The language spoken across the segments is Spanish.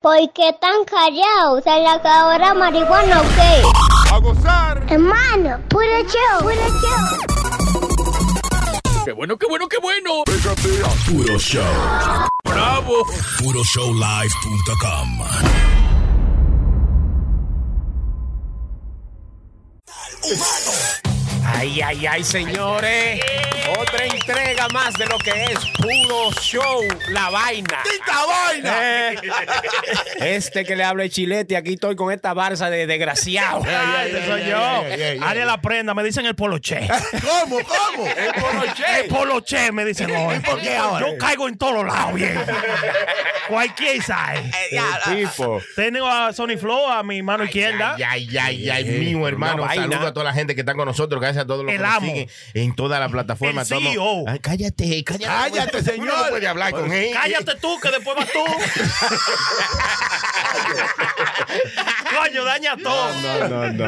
¿Por Pues, qué tan callados? ¿Se le acabó la marihuana o qué? ¡A gozar! Hermano, puro show, puro show. ¡Qué bueno, qué bueno, qué bueno! Puro show. ¡Bravo! PuroShowLive.com Ay, ay, ay, señores. Otra entrega más de lo que es puro show, la vaina. ¡Tita vaina! Eh, este que le habla el chilete, aquí estoy con esta barza de desgraciado. Ay, ese Este soy yo. Área la prenda, me dicen el poloche. ¿Cómo? ¿Cómo? El poloche. El poloche, me dicen hoy. ¿Por qué ahora? Yo caigo en todos lados, bien. Eh, ah, Cualquier side. tipo. Tengo a Sony Flow, a mi mano izquierda. Ay, ay, ay, ay, mío, hermano. vaina. Saludo a toda la gente que está con nosotros. Gracias a todos los El que nos amo. siguen en toda la plataforma. El E Todos- CEO. Ay, cállate, cállate. Cállate, Uno señor. No puede hablar con él. Pues, Cállate tú, que después vas tú. Coño, daña todo.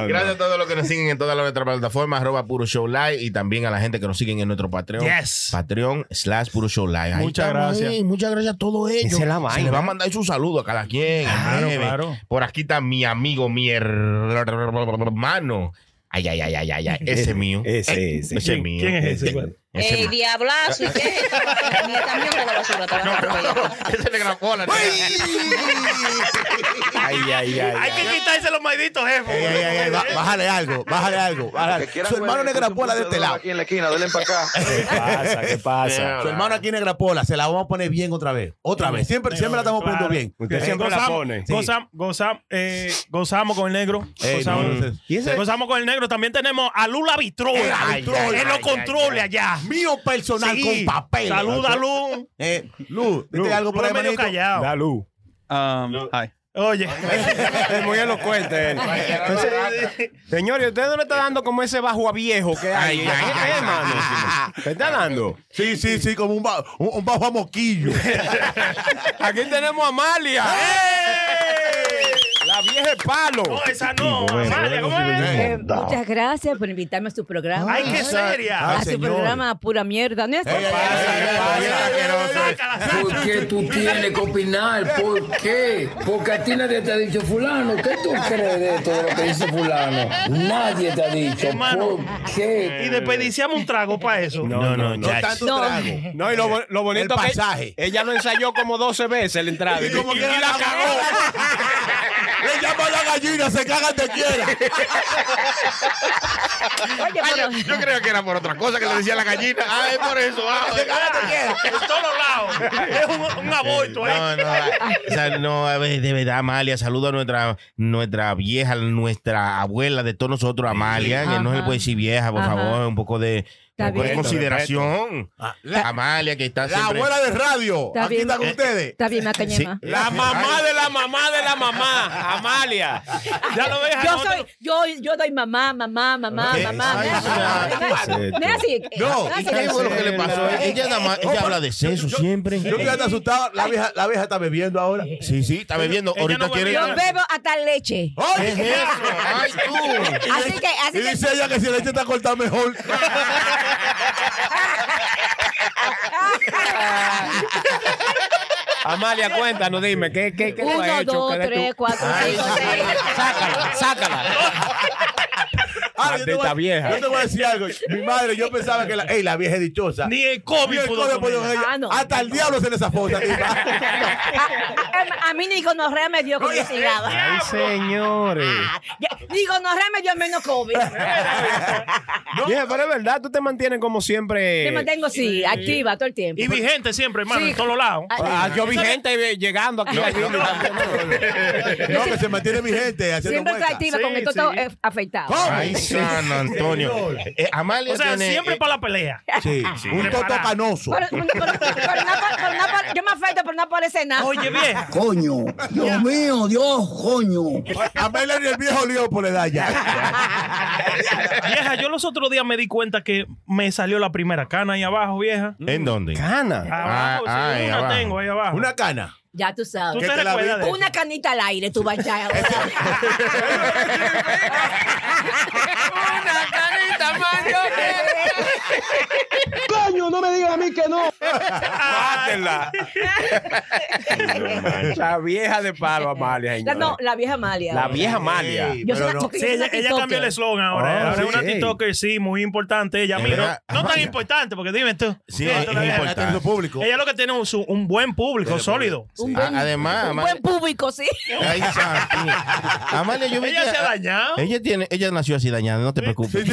Gracias a todos los que nos siguen en todas las nuestras plataformas, arroba Puro Show Live y también a la gente que nos siguen en nuestro Patreon. Yes. Patreon slash Puro Show Live. Ahí Muchas estamos, gracias. eh, muchas gracias a todos ellos. Esa es la Se vaina. les va a mandar su saludo a cada quien. Claro, al jefe. claro. Por aquí está mi amigo, mi hermano. Ay, ay, ay, ay, ay, ay. Ese es mío. Ese, ese. Ese es mío. ¿Quién es ese? Ese Ey, es mío. diablazo, ¿y qué? Ni el camión de la basura te van a atropellar. Ese es de Grapola. Ay, ay, ay. Hay que quitarse los malditos, jefe. Ey, ey, ey, ey, ba- bájale algo, bájale algo. bájale. Su hermano Negrapola de este lado. Aquí en la esquina, denle para acá. ¿Qué pasa? ¿Qué ah, pasa? Su hermano aquí Negrapola, se la vamos a poner bien otra vez. Otra vez. Siempre, siempre la estamos poniendo Claro. bien. Eh, Usted siempre la pone. Sí. Gozam- gozam- eh, gozamos con el negro. Ey, gozamos, no, no sé. ¿Y ese? gozamos con el negro. También tenemos a Lula Vitrola. Ay, ay, en los ay, controles allá. Mío personal Sí. con papel. Saluda, Lu. Eh, Lu, dite Lu, algo por Lula ahí, medio manito. callado. Da luz. Oye. Es muy elocuente él. Entonces, señores, ¿usted no le está dando como ese bajo a viejo que hay? Ay, ay, ay, ¿Qué, hermano? ¿Qué está dando? Sí, sí, sí, como un, ba- un, un bajo a moquillo. Aquí tenemos a Amalia. La vieja es palo. No, esa no. Amalia, ¿cómo es? Ey, Muchas gracias por invitarme a su programa. Ay, qué seria. ay, a su Ah, señor. programa pura mierda. ¿No es ey, ey, ey, ey, ey, ey, ey, ey, ey. Sácala, sácala. ¿Por qué tú tienes que opinar? ¿Por qué? Porque a ti nadie te ha dicho fulano. ¿Qué tú crees de todo lo que dice fulano? Nadie te ha dicho. Hermano. ¿Por qué? Y desperdiciamos un trago para eso. No, no, No ya. tanto No. trago. No, y lo, bo- lo bonito El que pasaje. ella lo ensayó como 12 veces la entrada. Y como Y- y quiera la cagó. Le llama a la gallina, se cagan de quiera. Oye, Ay, pero- yo, yo creo que era por otra cosa que le decía la gallina. Ah, es por eso. Ah, Se cagan de quiera. En todos lados. Es un, un aborto, ¿eh? No, no, ah, o sea, no, a ver, de verdad, Amalia, saludo a nuestra, nuestra vieja, nuestra abuela de todos nosotros, Amalia, que no se le Ajá. puede decir vieja, por Ajá. favor, un poco de, Está un poco de bien. consideración. Amalia, que está La siempre... abuela de radio. Está Aquí bien. Eh, está con ustedes. Está bien, Macañema. La mamá de la mamá de la mamá, Amalia. Ya lo ves. Yo soy, yo, yo doy mamá, mamá, mamá, Eh, mamá. ay, Nancy, ay, Nancy, No, Nancy, ¿Y qué fue lo que le pasó? Nancy. Ella, nada más- ella habla de sexo siempre. Yo que ya está asustado, la vieja, la vieja está bebiendo ahora. Sí, sí, está bebiendo. Ella Ahorita no quiere... bebió. Yo bebo hasta leche. ¡Ay! ¿Qué es eso? Ay, tú. Así que, Y así dice que. ella que si la leche está cortada mejor. Ah, Amalia, cuéntanos, dime, ¿qué, qué, qué tú has Uno, hecho? dos, ¿Qué de tú- tres, cuatro, cinco, seis. Sácala, sácala. Ah, yo te voy Maldita a- vieja. Yo te voy a decir algo. Mi madre, yo pensaba que la, ey, la vieja es dichosa. Ni el COVID Ni el pudo COVID comer. pudo comer. Ah, no. Hasta el diablo se le zafó. esa tipa. A, a- a mí ni gonorrea me dio con ese lado. eh. Ay, señores. Ni gonorrea me dio menos COVID. Vieja, pero es verdad, tú te mantienes como siempre. Me mantengo así, activa todo el tiempo. Y vigente siempre, hermano, Sí. en todos lados. Ah, yo vi gente eh, llegando aquí. aquí. No, que se mantiene mi gente haciendo Siempre estoy hueca. activa con Sí, esto sí. todo eh, afeitado. ¿Cómo? Ay, San Antonio. Eh, Amalia O sea, tiene, siempre eh, para la pelea. Sí, un toto Preparada. canoso. Pero- pero- pero- pero no apare- pero no apare- yo me afeito, pero no aparece nada. Oye, bien. Coño, Dios mío, Dios, coño. A Melanie el viejo lío por la edad ya. Vieja, yo los otros días me di cuenta que me salió la primera cana ahí abajo, vieja. ¿En dónde? Cana. Abajo, Ah, sí, ahí una abajo. tengo ahí abajo. Una cana. Ya tú ¿Tú sabes. te que te la recuerdas de Una canita al aire, tú vas ya. Una canita, man, yo qué. ¡Coño, no me digas a mí que no! Mátenla. La vieja de palo, Amalia. La- señores. no, la vieja Amalia. La vieja Amalia. Yo soy una Sí, porque yo soy ella, una ella TikToker. cambió el eslogan ahora. Oh, ahora sí, es una sí. TikToker, sí, muy importante. Ella, Es mira, verdad. no tan Amalia. importante, porque dime tú. Sí, Dime es- tú la es verdad. importante. Atención público. Ella lo que tiene es un, su- un buen público sólido. Un A- buen, además, un Amalia, buen público, sí. Ay, santísimo. Amalia, yo vi Ella que- se ha dañado. Ella, tiene, ella nació así dañada, no te preocupes.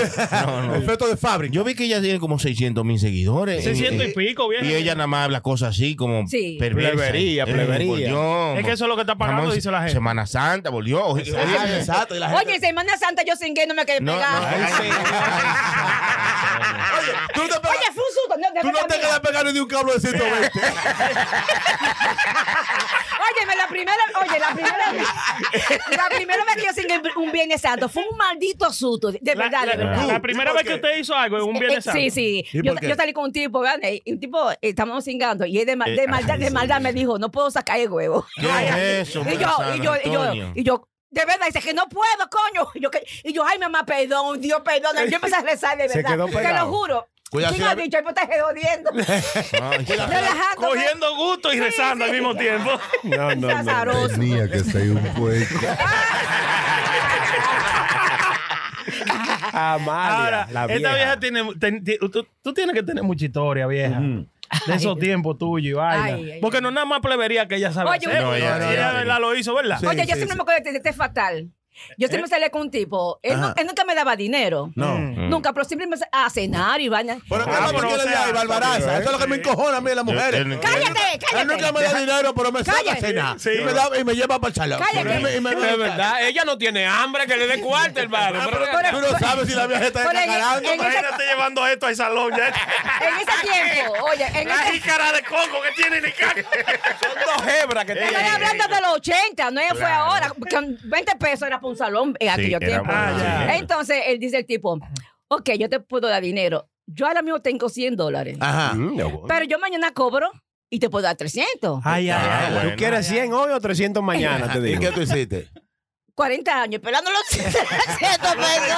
No, no. Efecto de fábrica. Yo vi que ella tiene como 600 mil seguidores. Se siente y pico, bien. Y ella nada más habla cosas así como Sí. perversas. Plebería, Eh, plebería. por Dios. Es que eso es lo que está pagando, Estamos en dice la gente. Semana Santa, por Dios. Oye, Ah, exacto. y la gente- Oye, Semana Santa yo sin que no me quedé no, no, pegada. ay, sí. Oye, tú no te pegas- Oye, fue un susto. No, Tú no te quedas pegado ni un cable de 120. Óyeme, la primera, oye, la primera vez, la primera vez que yo sin un viernes santo fue un maldito susto, de La, verdad, la- de verdad. la primera vez que usted hizo algo en un viernes Eh, eh, santo. Sí, sí. ¿Y Yo, por qué? yo salí con un tipo, ¿vale? y un tipo, eh, estábamos cingando, y él de, mal- Eh, de maldad, ay, de sí, maldad sí. me dijo, no puedo sacar el huevo. ¿Qué es eso, y, yo, y, yo, y, yo, Antonio? y yo, de verdad, dice que no puedo, coño. Y yo, que- y yo, ay, mamá, perdón, Dios, perdón. Yo empecé a rezar, de Se verdad. quedó Te pegado. lo juro. Cuidado, ¿Quién si ha la- dicho? Ay, pues, estás jodiendo. Ay, Relajando. Cogiendo gusto y rezando al mismo tiempo. No, no, no. Tenía que ser un puerco. Amalia. Ahora, la Ah, esta vieja tiene. ten- ti- tú, tú tienes que tener mucha historia, vieja. De esos tiempos tuyos y vaina. Ay, ay, Porque no nada más plebería que ella sabe. Oye, hacer. No, ella- ella, ella- la lo hizo, ¿verdad? Oye, Sí, yo sí, siempre me acuerdo de este fatal. Yo ¿Eh? siempre salía con un tipo. Él, nu- Ajá. él nunca me daba dinero. No. Nunca, pero siempre me sa- a cenar y vaina. Bueno, ¿qué Ah, es lo que pero, quiere o de sea, ahí, Barbaraza? Eso es lo que me encojona a mí de las mujeres. Yo- yo- ¡Cállate! Él nunca me ¡Cállate! da dinero, pero me saca a Cállate. cenar. Sí. Y me da- Y me lleva para el salón. Cállate. Y me- y me- De verdad, ella no tiene hambre, que le dé cuarto, hermano. Ah, Pero- pero Tú no sabes si la vieja está Por ahí- descarando. en- Imagínate llevando esto al salón. Ya. En ese tiempo, oye, en La ese jícara de coco que tiene ni caca. Son dos hebras que Estoy tiene. hablando de los 80, no fue Claro. ahora. Con 20 pesos era para un salón en aquellos era tiempos. bueno, Ah, ya. sí. Entonces él dice el tipo: Ok, yo te puedo dar dinero. Yo ahora mismo tengo 100 dólares. Ajá. Mm, Pero yo mañana cobro y te puedo dar 300. Ay, ay, Ah, ay. bueno. ¿Tú quieres 100 hoy o 300 mañana? Te ¿Y digo. qué tú hiciste? 40 años esperando los 300 pesos.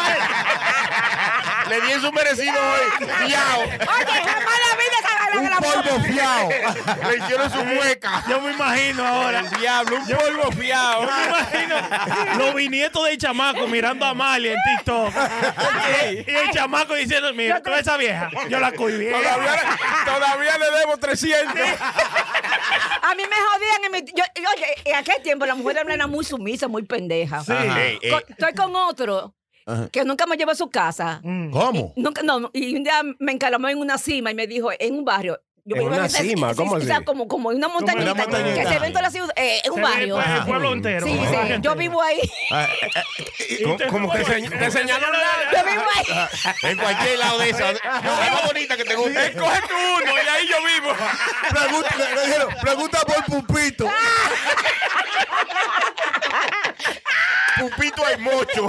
Le di en su merecido hoy. Fiao. Oye, jamás la vida se agarra Un de la boca. polvo fiao. Le hicieron su mueca. Yo me imagino ahora. El diablo, un polvo fiado. Yo me imagino los bisnietos del chamaco mirando a Amalia en TikTok. Y el chamaco diciendo, mira, toda esa vieja, yo la cuidé. Todavía, todavía le debo 300. A mí me jodían. En mi, yo, yo- oye, en aquel tiempo la mujer era muy sumisa, muy pendeja. Ajá. Ey, ey. Con- estoy con otro que nunca me llevó a su casa. Mm. ¿Cómo? Nunca, no, y un día me encaramó en una cima y me dijo, en un barrio. Yo ¿En me- una me- cima? sí, ¿Cómo sí, O sea, así? como, como en una en una montañita, que montañita. se ve en toda la ciudad, eh, en un Se ve, barrio. pues, El Ajá. pueblo entero. Sí, sí, yo vivo ahí. ¿Cómo- cómo que se- te señaló Yo vivo ahí. En cualquier lado de esa. No, es más bonita que te gusta. Coge tú uno y ahí yo vivo. Pregunta, le dijeron, pregunta por Pupito. Pupito hay mucho.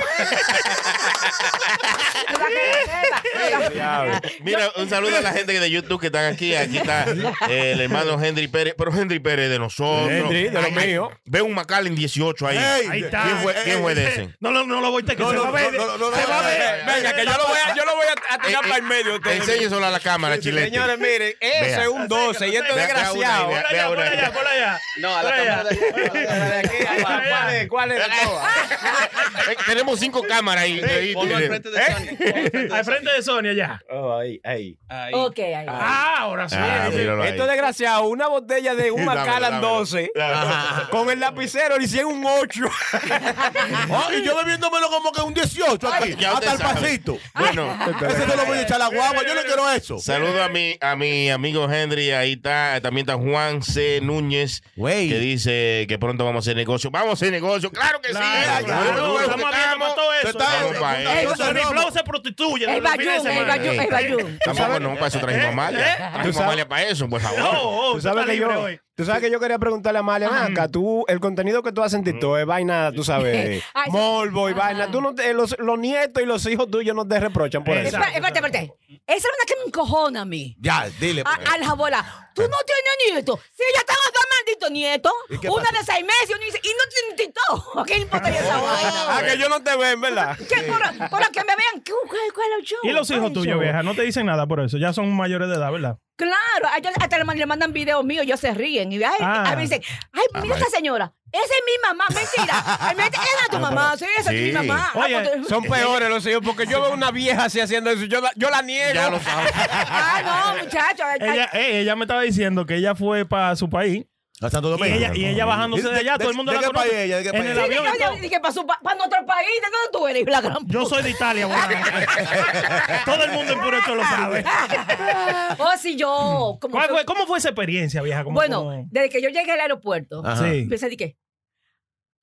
Para que lo sepa. Mira, un saludo a la gente de YouTube que están aquí. Aquí está eh, el hermano Henry Pérez. Pero Henry Pérez de nosotros. Henry, de los Ay, ay, mío. Ve un McAllen 18 ahí. Ey, Ahí está. ¿Quién fue- quién fue de ese? No, no, no lo voy a que No, se no, va a ver. no, no, no, se no, va a no, ver. no, Venga, que yo lo voy a, yo lo voy a, a Eh, tirar eh, para el medio. ustedes. Enséñeselo a la cámara, chilete. Señores, miren, ese Vea. es un 12 y este Vea, vea desgraciado. una idea. Por allá, por allá, por allá. No, a la Por allá. cámara de- ¿Cuál es? ¿Cuál es? Eh, Tenemos cinco cámaras ahí. ahí, Ponlo al mire. frente de Sony. ponlo Al frente de Sonia ya. Oh, ahí, ahí. Ahí. Ok, ahí. Ah, ahora sí. Ah, ahí sí. míralo ahí. Esto es desgraciado, una botella de un Dámelo, Macallan dámelo. Ah, 12 Ajá. con el lapicero le hicieron un 8. Oh, y yo bebiéndomelo como que un 18 aquí, Ya usted hasta el sabe. pasito. Bueno, Ese te lo voy a echar a la guagua, yo no quiero eso. saludo a mi, a mi amigo Henry. Ahí está. También está Juan C. Núñez. Güey. Que dice que pronto vamos a hacer negocio. ¡Vamos a hacer negocio! ¡Claro que sí! Claro, Bueno, claro. bueno, Estamos estamos- abiertos para todo eso. Está- Vamos pa' ahí. Entonces, Sony vamos. Flow se prostituye. El los fines de Bayou, el semana. Bayou, el Bayou. Tampoco, no, para eso trajimos a Amalia. Trajimos a sabes- Amalia para eso, por Oh, favor. ¿Eh? No, ¿Tú sabes, está que yo, libre hoy. tú sabes que yo quería preguntarle a Amalia, ven acá, tú, el contenido que tú haces en TikTok es vaina, tú sabes, Ay, sí. morbo y Ah. vaina. Tú no te- eh, los, los nietos y los hijos tuyos no te reprochan por eso. Espera, Espérate, espérate. Esa es una que me encojona a mí. Ya, dile. A, pues. a las abuelas, tú no tienes nieto. Sí, yo tengo dos malditos nietos. Una de seis meses y una de seis- y no tiene nieto. ¿Qué importa yo esa vaina? Ah, que yo no te ven, ¿verdad? Que por, por lo que me vean, ¿cu- ¿cuál, cuál es el show? Y los ¿Cuál es hijos el tuyos, show? vieja, no te dicen nada por eso. Ya son mayores de edad, ¿verdad? Claro, a ellos hasta le man- le mandan videos míos, ellos se ríen. Y ay, Ah. a mí dicen, ay, mira esta señora, esa es mi mamá, mentira. Ay, me dice, esa es tu mamá, sí, esa es Sí. mi mamá. Ah, Oye, pues, Son peores los señores, porque yo veo una vieja así haciendo eso, yo la, yo la niego. Ya lo sabes. Ah, no, muchachos. ay, ay, Ella, eh, ella me estaba diciendo que ella fue para su país A Santo y Domingo. ella, y ella bajándose de allá, todo el mundo ¿De la qué conoce. país ella? ¿De qué En país? el Sí, avión y que- todo. que- que pasó para nuestro país, ¿de dónde tú eres? La gran Yo soy de Italia, buena. Todo el mundo en puro esto lo sabe. Oh, sí, yo. Como ¿Cuál que- fue- ¿Cómo fue esa experiencia, vieja? ¿Cómo- bueno, cómo- desde que yo llegué al aeropuerto, Ajá. Sí. empecé de que.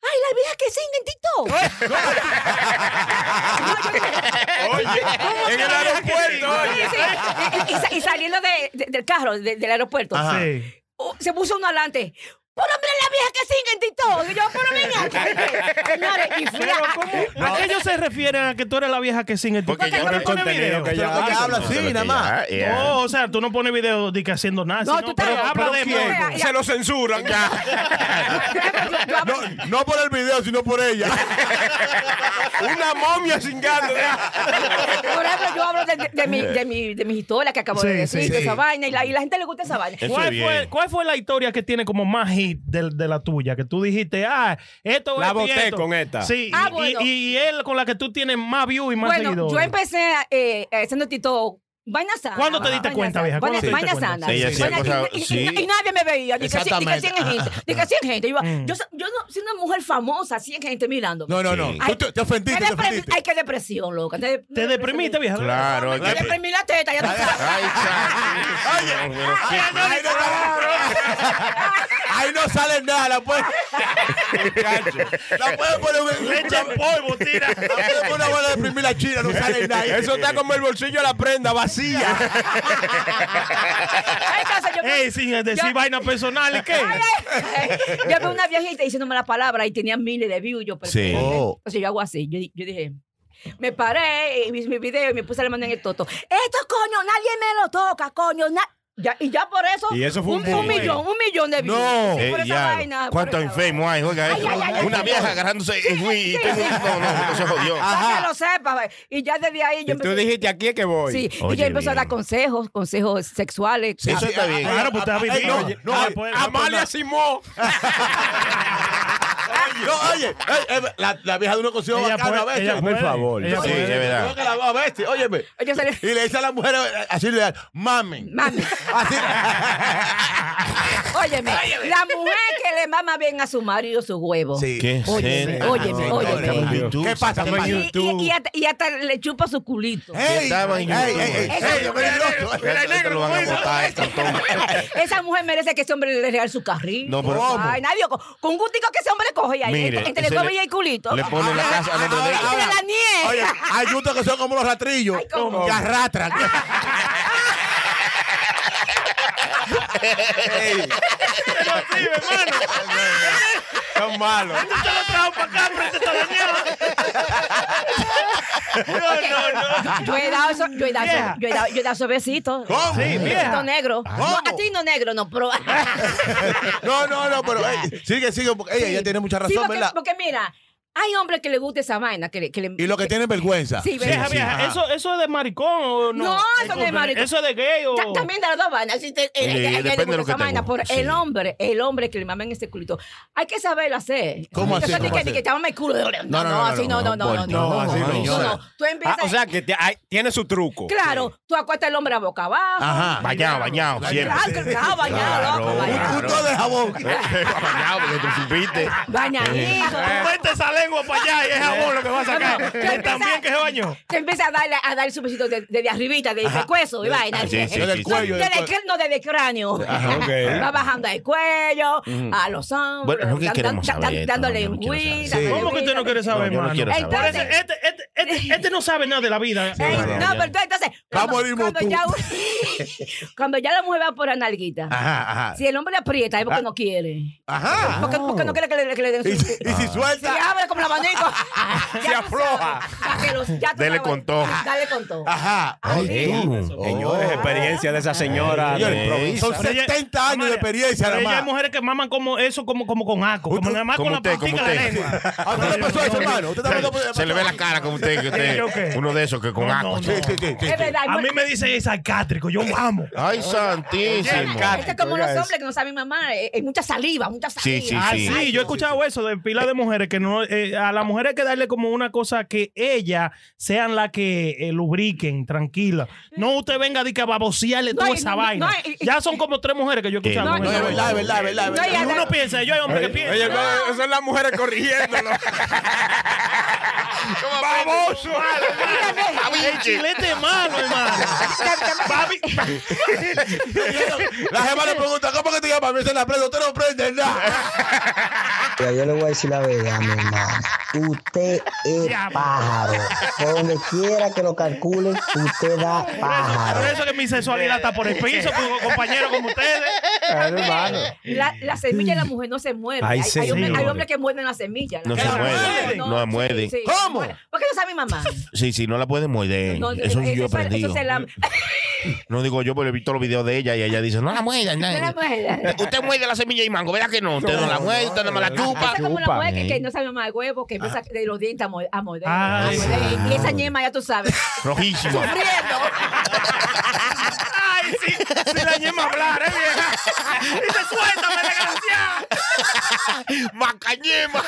¡Ay, la vieja que singen, Tito! Oye, en el aeropuerto. oye. Sí, sí. Y, y- y saliendo de- de- del carro, de- del aeropuerto, Ajá. Sí. oh, se puso uno adelante. ¡Pero mira la vieja que singen, Tito! Y yo, pero venga. acá". Señores, y fui a- ¿A qué ellos se refieren a que tú eres la vieja que sin el Porque yo no pone contenido video. que Pero ella porque hace, habla no así, sé lo que nada más. ella- ella- No, o sea, tú no pones video de que haciendo nada. No, sino- tú estás- pero pero- habla de pero modo. ciego. Se lo censuran. No, no por el video, sino por ella. Una momia sin gato. Por ejemplo, yo hablo de, de- de mi, de, mi, de mis historias que acabo de Sí, decir, sí, de sí. esa vaina, y la, y la gente le gusta esa vaina. Eso es ¿Cuál bien. fue, ¿Cuál fue la historia que tiene como más hit de, de la tuya? Que tú dijiste, ah, esto La esto y boté esto. con esta. Sí, Ah, y, bueno. y, y él con la que tú tienes más views y más bueno, seguidores. yo empecé eh, eh, siendo Tito. Vaina sana. ¿Cuándo te vaina diste sana, cuenta, vieja? Vaina, ¿Cuándo te vaina diste cuenta? sana. Sí, ella hacía Vaina- cosas- y, y- sí. y- y nadie me veía. Dije que 100 gente. Dije 100 gente. Yo, Mm. yo, so- yo no, soy una mujer famosa, 100 gente mirando. No, no, no. Sí. Tú te, te ofendiste, te ofendiste. Ay, qué depresión, loca. Te, ¿Te deprimiste, vieja? Claro, hay Me que- deprimí la teta, ya tú sabes. Ay, chacho. No, pero qué- Ahí no, ahí no sale nada, la puedes. La puedes poner un- Leche en polvo, tira. la puedes poner una bola de imprimir la china, no sale nada. Eso está como el bolsillo de la prenda, vacía. Entonces Ah, yo Ey, sin decir Yo- vaina personal, ¿y qué? yo veo una viejita diciéndome la palabra y tenía miles de views. Yo, pero, Sí. espérate. Oh. O sea, yo hago así. Yo, di- yo dije, me paré y vi mi video y me puse la mano en el toto. Esto, coño, nadie me lo toca, coño. na-". Ya- y ya por eso. Y eso fue un boom. millón, un millón de views. No. Sí, Eh, por esa ya, vaina, por ¿Cuántos esa enfermos hay? Oiga, eso. ay, ay, una ay, vieja ay. agarrándose en Wii y todo el mundo- No, no, eso se jodió. vaina. Para que lo sepa, ve. Y ya desde ahí yo Y tú empecé. dijiste, aquí es que voy. Sí, y Oye, yo empecé a dar bien. consejos, consejos sexuales. Eso está bien. ah, Claro, pues usted ha Ey, vivido. no, no, Ah, ey, pues, Amalia pues, Simó. No, oye, ey, ey, la, la vieja de uno consiguió Ella bacano a puede, veces. ella puede, ella Sí, puede. es Yo verdad. que la veo a veces, óyeme. Yo salí. Y le dice a la mujer eh, así leal, mami. Mami. Así. Óyeme, la mujer que le mama bien a su marido su huevo. ¿Qué? Óyeme, Ah, óyeme, no, óyeme. estamos en YouTube, ¿Qué pasa, estamos en Y, YouTube. y- y hasta, y hasta le chupa su culito. ¿Eh? Estaba en YouTube. ey, peligroso. Esto- esto lo van a botar, esto, toma. Esa mujer merece que ese hombre le regale su carrito. No, pero- Ay, nadie, con, con un gustico que ese hombre coge ahí, Mire, entre el ese huevo le- y el culito. Le ponen la casa. no, pero- Ay, que la nieve. Oye, hay gustos que son como los rastrillos. Ay, ¿cómo? Que arrastran. Sí, hermano. Son malos. Tú te lo trajo para acá, pero este está dañado. No, no, no. Yo he dado eso, yo he dado, Vieja. eso, yo he dado, yo he dado esos besitos. ¿Cómo? Sí, vieja. Besito negro. No, a ti no negro, no, pero. No, no, no, pero ey, sigue, sigue. Porque ella, ella tiene mucha razón, Sí, porque, ¿verdad? porque mira, hay hombres que le gusta esa vaina, que le, que le- Y los que tienen vergüenza. Sí, Vieja, ¿verdad? vieja, ¿eso, ¿eso es de maricón o no? No, eso no es de maricón. ¿Eso es de gay o...? Ta- También de las dos vainas. Si te- eh, Sí, eh, depende eh, le de gusta lo que esa te vaina, guste, pero el sí. hombre, el hombre que le mamen ese culito, hay que saberlo hacer. ¿Cómo Eso así? es de ¿Cómo que- así? de que te mamen el culo. no, No, no, no, así no, no, no, no, no, no, no, así no, no, señora. no. Tú Ah, empiezas. o sea, que te- hay- tiene su truco. Claro, tú acuestas el hombre a boca abajo. Ajá. Bañado, bañado, siempre. Claro, claro, bañado, loco, Claro. Un bañado. punto de jabón. Bañado, porque tú supiste. Bañadito. Vete esa lengua para allá y es jabón lo que va a sacar. No, no, Que también empieza- que se bañó. Te empieza a darle a dar su besito desde de, de arribita, desde el cueso, y vaina. Ah, sí, sí, No, sí, sí. cuello, del desde el cuello. cr- no, desde el cráneo. ok. Va bajando al cuello, a los hombros. Bueno, es lo que dan- queremos dan- saber, dan- esto, dándole yo no quiero saber. güey, Sí. dándole ¿Cómo que usted no güey, quiere saber, No, yo no hermano? quiero Ey, saber. dale. Parece- este, este, este, este no sabe nada de la vida. Ey, Sí, no, ya. pero tú, entonces. Va a cuando- morir cuando Motú. ya, un- cuando ya la mujer va por la nalguita, Ajá, ajá. si el hombre le aprieta es Ah. porque no quiere. Ajá. Porque, porque no quiere que le, que le den Y, su. si- y si Se suelta. abre como el abanico. Se afloja. Dele con todo. Ah, Dale con todo. Ajá. Así. Señores, experiencia de esa señora. Señores, de- Son Pero ella- 70 años de Amalia, experiencia, pero nada ella hay más. mujeres que maman como eso, como, como con asco, como nada más como con la usted, como puntica de la usted. lengua. ¿A usted le pasó eso, hermano? ¿Usted también lo puede- Se le ve la cara como usted. usted, que usted- ¿Y yo qué? uno de esos que con No, agua. no, Sí, sí, sí, sí, Es verdad. A mí me dicen es sarcátrico, yo amo. Ay, santísimo. Es que como los hombres que no saben mamar, es, es eh, mucha saliva, mucha Sí, saliva. sí, Ah, sí. sí, yo he escuchado eso de pila de mujeres que no. eh, a la mujer hay que darle como una cosa que ellas sean las que eh, lubriquen, tranquila. No usted venga de que a babosearle No, toda y- esa no, vaina. no, y- ya son como tres mujeres que yo he escuchado. No, con No, eso. es verdad, es verdad, es verdad. es No, verdad. ya- Y uno piensa, yo hay hombres que piensan. Oye, no, son las mujeres corrigiéndolo. Como ¡Baboso! El chilete es malo, hermano. Babi- La jefa le pregunta, ¿cómo que te llamas? Me dice la prenda, usted no prende nada. Mira, yo le voy a decir la verdad, mi hermano. Usted es pues. Ya, pájaro. Por donde quiera que lo calculen, usted da Por pájaro. eso que mi sexualidad está por el piso, con compañeros como ustedes. La, la semilla de la mujer no se muere. Ay, hay, hay, hombres, hay señores. hombres que muerden la semilla. No La- se la- muerde, no se muerde. sí, sí, ¿Cómo? muerde. ¿Por qué no sabe mamá? Sí, sí, no la puedes morder. No, Eh, eh, eso yo he eso- aprendido. eso se la- No digo yo, porque he visto los videos de ella y ella dice, no la muerdan. No la muerde. Usted muerde la semilla y mango, ¿verdad que no? Usted no, la muerde, usted no me la Esa chupa. es como la mujer que, Ey. que no sabe mamar huevo, que Ah. empieza de los dientes a mo- a morder. a Ay, morder. Y esa ñema ya tú sabes. Rojísimo. Ay, sí, sí la ñema hablar, eh, vieja. Dice, suéltame, desgraciada. Macañema.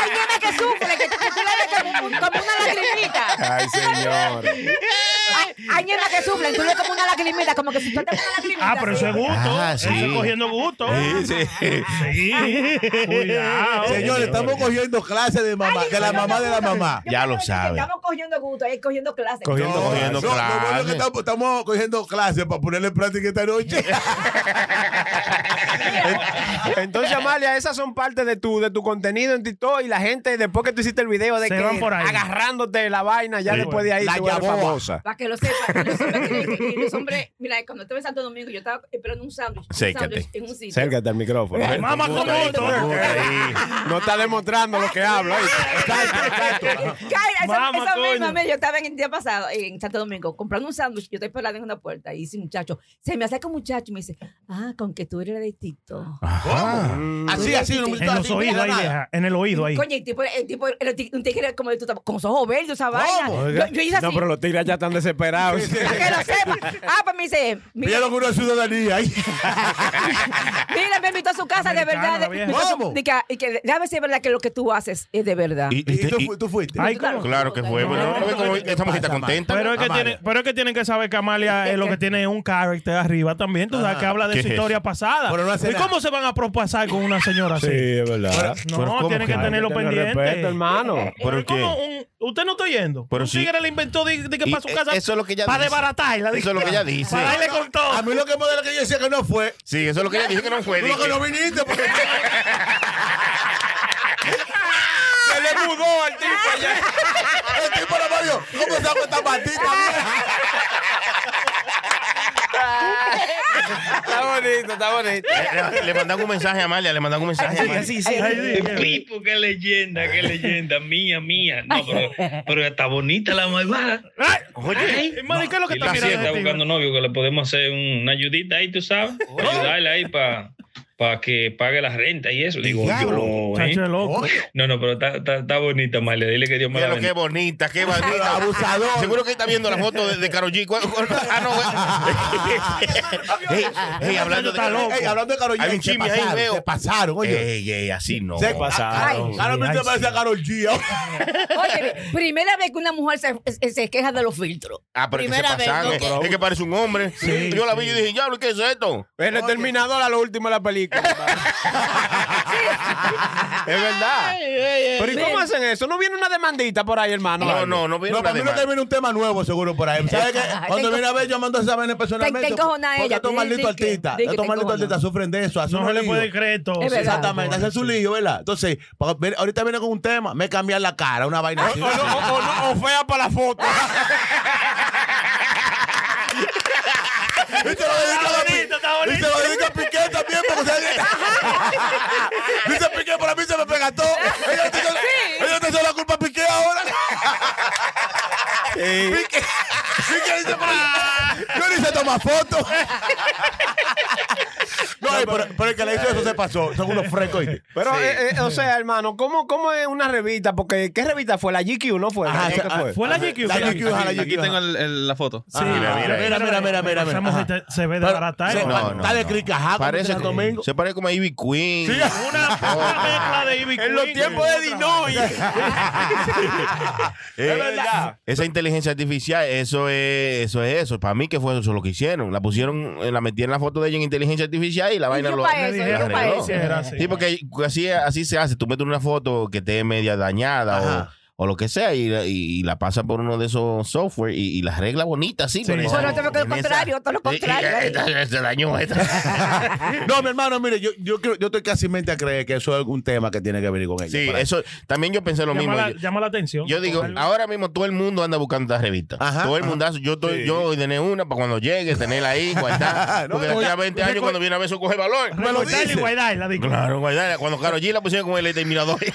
Ay, ñema que sufre, que, que tú le ves como, un- como una lagrimita. Ay, señor. Ay, ay, ñema que sufre, tú le ves como una lagrimita, como que si tú te pones una lagrimita. Ah, pero eso es así. gusto. Ah, sí. Eso es cogiendo gusto. Sí, sí. Sí. Cuidado. Señores, estamos cogiendo clases de mamá, Ay, de la no, mamá no, de la no, mamá. no, Ya no, lo no, sabe. Estamos cogiendo gusto, ahí cogiendo clases. Cogiendo- No, cogiendo no, lo bueno es que clases. estamos, estamos cogiendo clases para ponerle en práctica esta noche. Entonces, Amalia, esas son parte de tu, de tu contenido en TikTok y la gente, después que tú hiciste el video de Se que van por ahí. agarrándote la vaina, ya Sí. después de ahí La te vuelves llaboa. famosa. Para que lo sepan. Los hombres, tienen que- y los hombres- mira, cuando estuve en Santo Domingo, yo estaba esperando un sándwich. un Sécate. sándwich En un sitio. Acércate al micrófono. ¿eh? Mamá con gusto. No está demostrando lo que habla. ¿oíste? Cara, esa, Mama, esa coño. misma vez yo estaba en el día pasado en Santo Domingo comprando un sándwich. Yo estoy parada en una puerta y dice un muchacho, se me acerca un muchacho y me dice, ah, con que tú eres de TikTok. Así, así, un En los oídos ahí, vieja. En el oído ahí. Coño, el tipo, el tipo era ti- un tigre como de tu tamaño, con sus ojos verdes, esa vaina. Yo, yo hice así. No, pero los tigres ya están desesperados. Para que lo sepa. Ah, pues me dice, Mira mira, lo que una ciudadanía ahí. mira, me invitó a su casa de Americano, verdad. la de- vieja. me invitó a su- ¿Cómo? de que- y que, déjame decir verdad que lo que tú haces es de verdad. Y- y- ¿Y tú, y- fu- tú fuiste? Ay, Claro, Claro que fue. Bueno, No, ¿no ves no, cómo ¿qué esta mujer está pasa, contenta? Pero es, que Amalia. tienen, pero es que tienen que saber que Amalia es lo que tiene un carácter arriba también, tú sabes, que habla ¿Qué de su es historia pasada. Pero no hace ¿Y nada. cómo se van a propasar con una señora así? es verdad. Pero No, ¿cómo tienen que que no? tenerlo Tener pendiente. respeto, hermano. ¿Pero qué? ¿cómo un- usted no está oyendo. Pero un sí. tigre le inventó de, de que Y para su e- casa. eso es lo que ella Para dice. desbaratarla. Eso es lo que ella dice. Para darle con todo. A mí lo que me lo que yo decía que no fue. Sí, eso es lo que ella dijo que no fue. Tú lo que dije. no viniste porque Se le mudó al tipo allá. el tipo era Mario. ¿Cómo se hago esta patita? mía? Está bonito, está bonito. Eh, Le- Le mandan un mensaje a Amalia, le mandan un mensaje a Amalia. Ay, sí, que- Pipo, qué leyenda, qué leyenda, mía, mía. No, pero, pero está bonita la malvada. Ay, Oye, hermano, ¿y qué es lo que Y está la mirando? sí está este tigre? buscando novio, que le podemos hacer un- una ayudita ahí, tú sabes, para ayudarle ahí para que pague la renta y eso. Digo, yo, ¿eh? Chacho de loco. No, no, pero está, está, está bonita, Maile. Dile que Dios me mira la lo que bendiga. bonita, qué bonita. Abusador. Seguro que está viendo la foto de, de Karol G. ¿Cuál- cuál- Ah, no. Ey, ey, hablando de Está loco. Ey, hablando de Karol G, Hay un se chisme ahí, pasaron, veo. Eh, Se pasaron, oye. Ey, ey, así no. Se pasaron. pasaron. Karol G Ay, se parece a Karol G. Oye, primera vez que una mujer se, se queja de los filtros. Ah, pero es que se primera vez, pasaron. ¿no? Es que- Es que parece un hombre. yo la vi y dije, ya, ¿qué es esto? El exterminador a lo último de la película. es verdad. Pero ¿y cómo hacen eso? ¿No viene una demandita por ahí, hermano? No, no, no viene No, una para mí no demanda. que viene un tema nuevo, seguro, por ahí. ¿Sabes qué? Cuando Tengo- viene a ver, yo mando esa vaina personalmente. Te- te encojona porque ella. Estos Di- malditos di que- artistas, di que estos te malditos encojona. artistas sufren de eso. hacen No se unos le puede líos. creer todo. Es Sí, verdad. Exactamente, hace su lío, ¿verdad? Entonces, pa- ven- ahorita viene con un tema, me cambian la cara, una Ah, vaina O, o así. no- o- o no- o fea para la foto. Y se lo dedica a la pi- Está bonito, está y se lo dedica a Piqué también, porque se- Dice Piqué, por a mí se me pegató. Ellos te ellos te echan la culpa a Piqué ahora. Piqué, Piqué dice, "Pero yo ni se toma foto. No, eh, pero, pero es que le hizo eso se pasó. Son unos frescos. ¿oíste? Pero, Sí. eh, eh, o sea, hermano, ¿cómo, ¿cómo es una revista? Porque, ¿qué revista fue? ¿La GQ no fue? Ajá, ¿Qué ah, fue la GQ, fue la GQ, ajá, la Aquí- aquí GQ, tengo ajá. el- el- la foto. Ah, Sí, mira, mira, mira, mira, mira, mira, mira. Pasamos Ajá. este- se ve de Pero- barata. se- No, no, Está de no. cricajá. Parece, domingo. se parece como a Ivy Queen. Oh. mezcla de Ivy En los Queen, tiempos güey, de otra Dinoy. vez. Eh, Es verdad. Esa inteligencia artificial, eso es eso. es eso. Para mí que fue eso lo que hicieron. La pusieron, eh, la metieron la foto de ella en inteligencia artificial y la vaina yo lo pa' eso, la yo pa' arregló. eso era así. Sí, porque así, así se hace. Tú metes una foto que te es media dañada o, o lo que sea y, la- y la pasa por uno de esos software y, y la arregla bonita, así. con esa- Bueno, tengo que lo con esa- contrario, todo lo Sí, esta- contrario. esta- se dañó esta. No, mi hermano, mire, yo, yo, creo- yo estoy casi mente a creer que eso es un tema que tiene que venir con ella. Sí, Para- eso también yo pensé lo Llama mismo. la- Yo- Llama la atención. Yo digo, ah, ahora mismo todo el mundo anda buscando estas revistas. Ajá, todo el ajá. mundazo. Yo estoy, Sí. yo ordené una para cuando llegue, tenerla ahí, guardada. No, porque de no, aquí ya- a 20 años, reco- cuando viene a ver, eso coge valor. Me lo Cortarla y dice. guardarla, digo. Claro, guardada. Cuando Karol G la pusieron con el exterminador.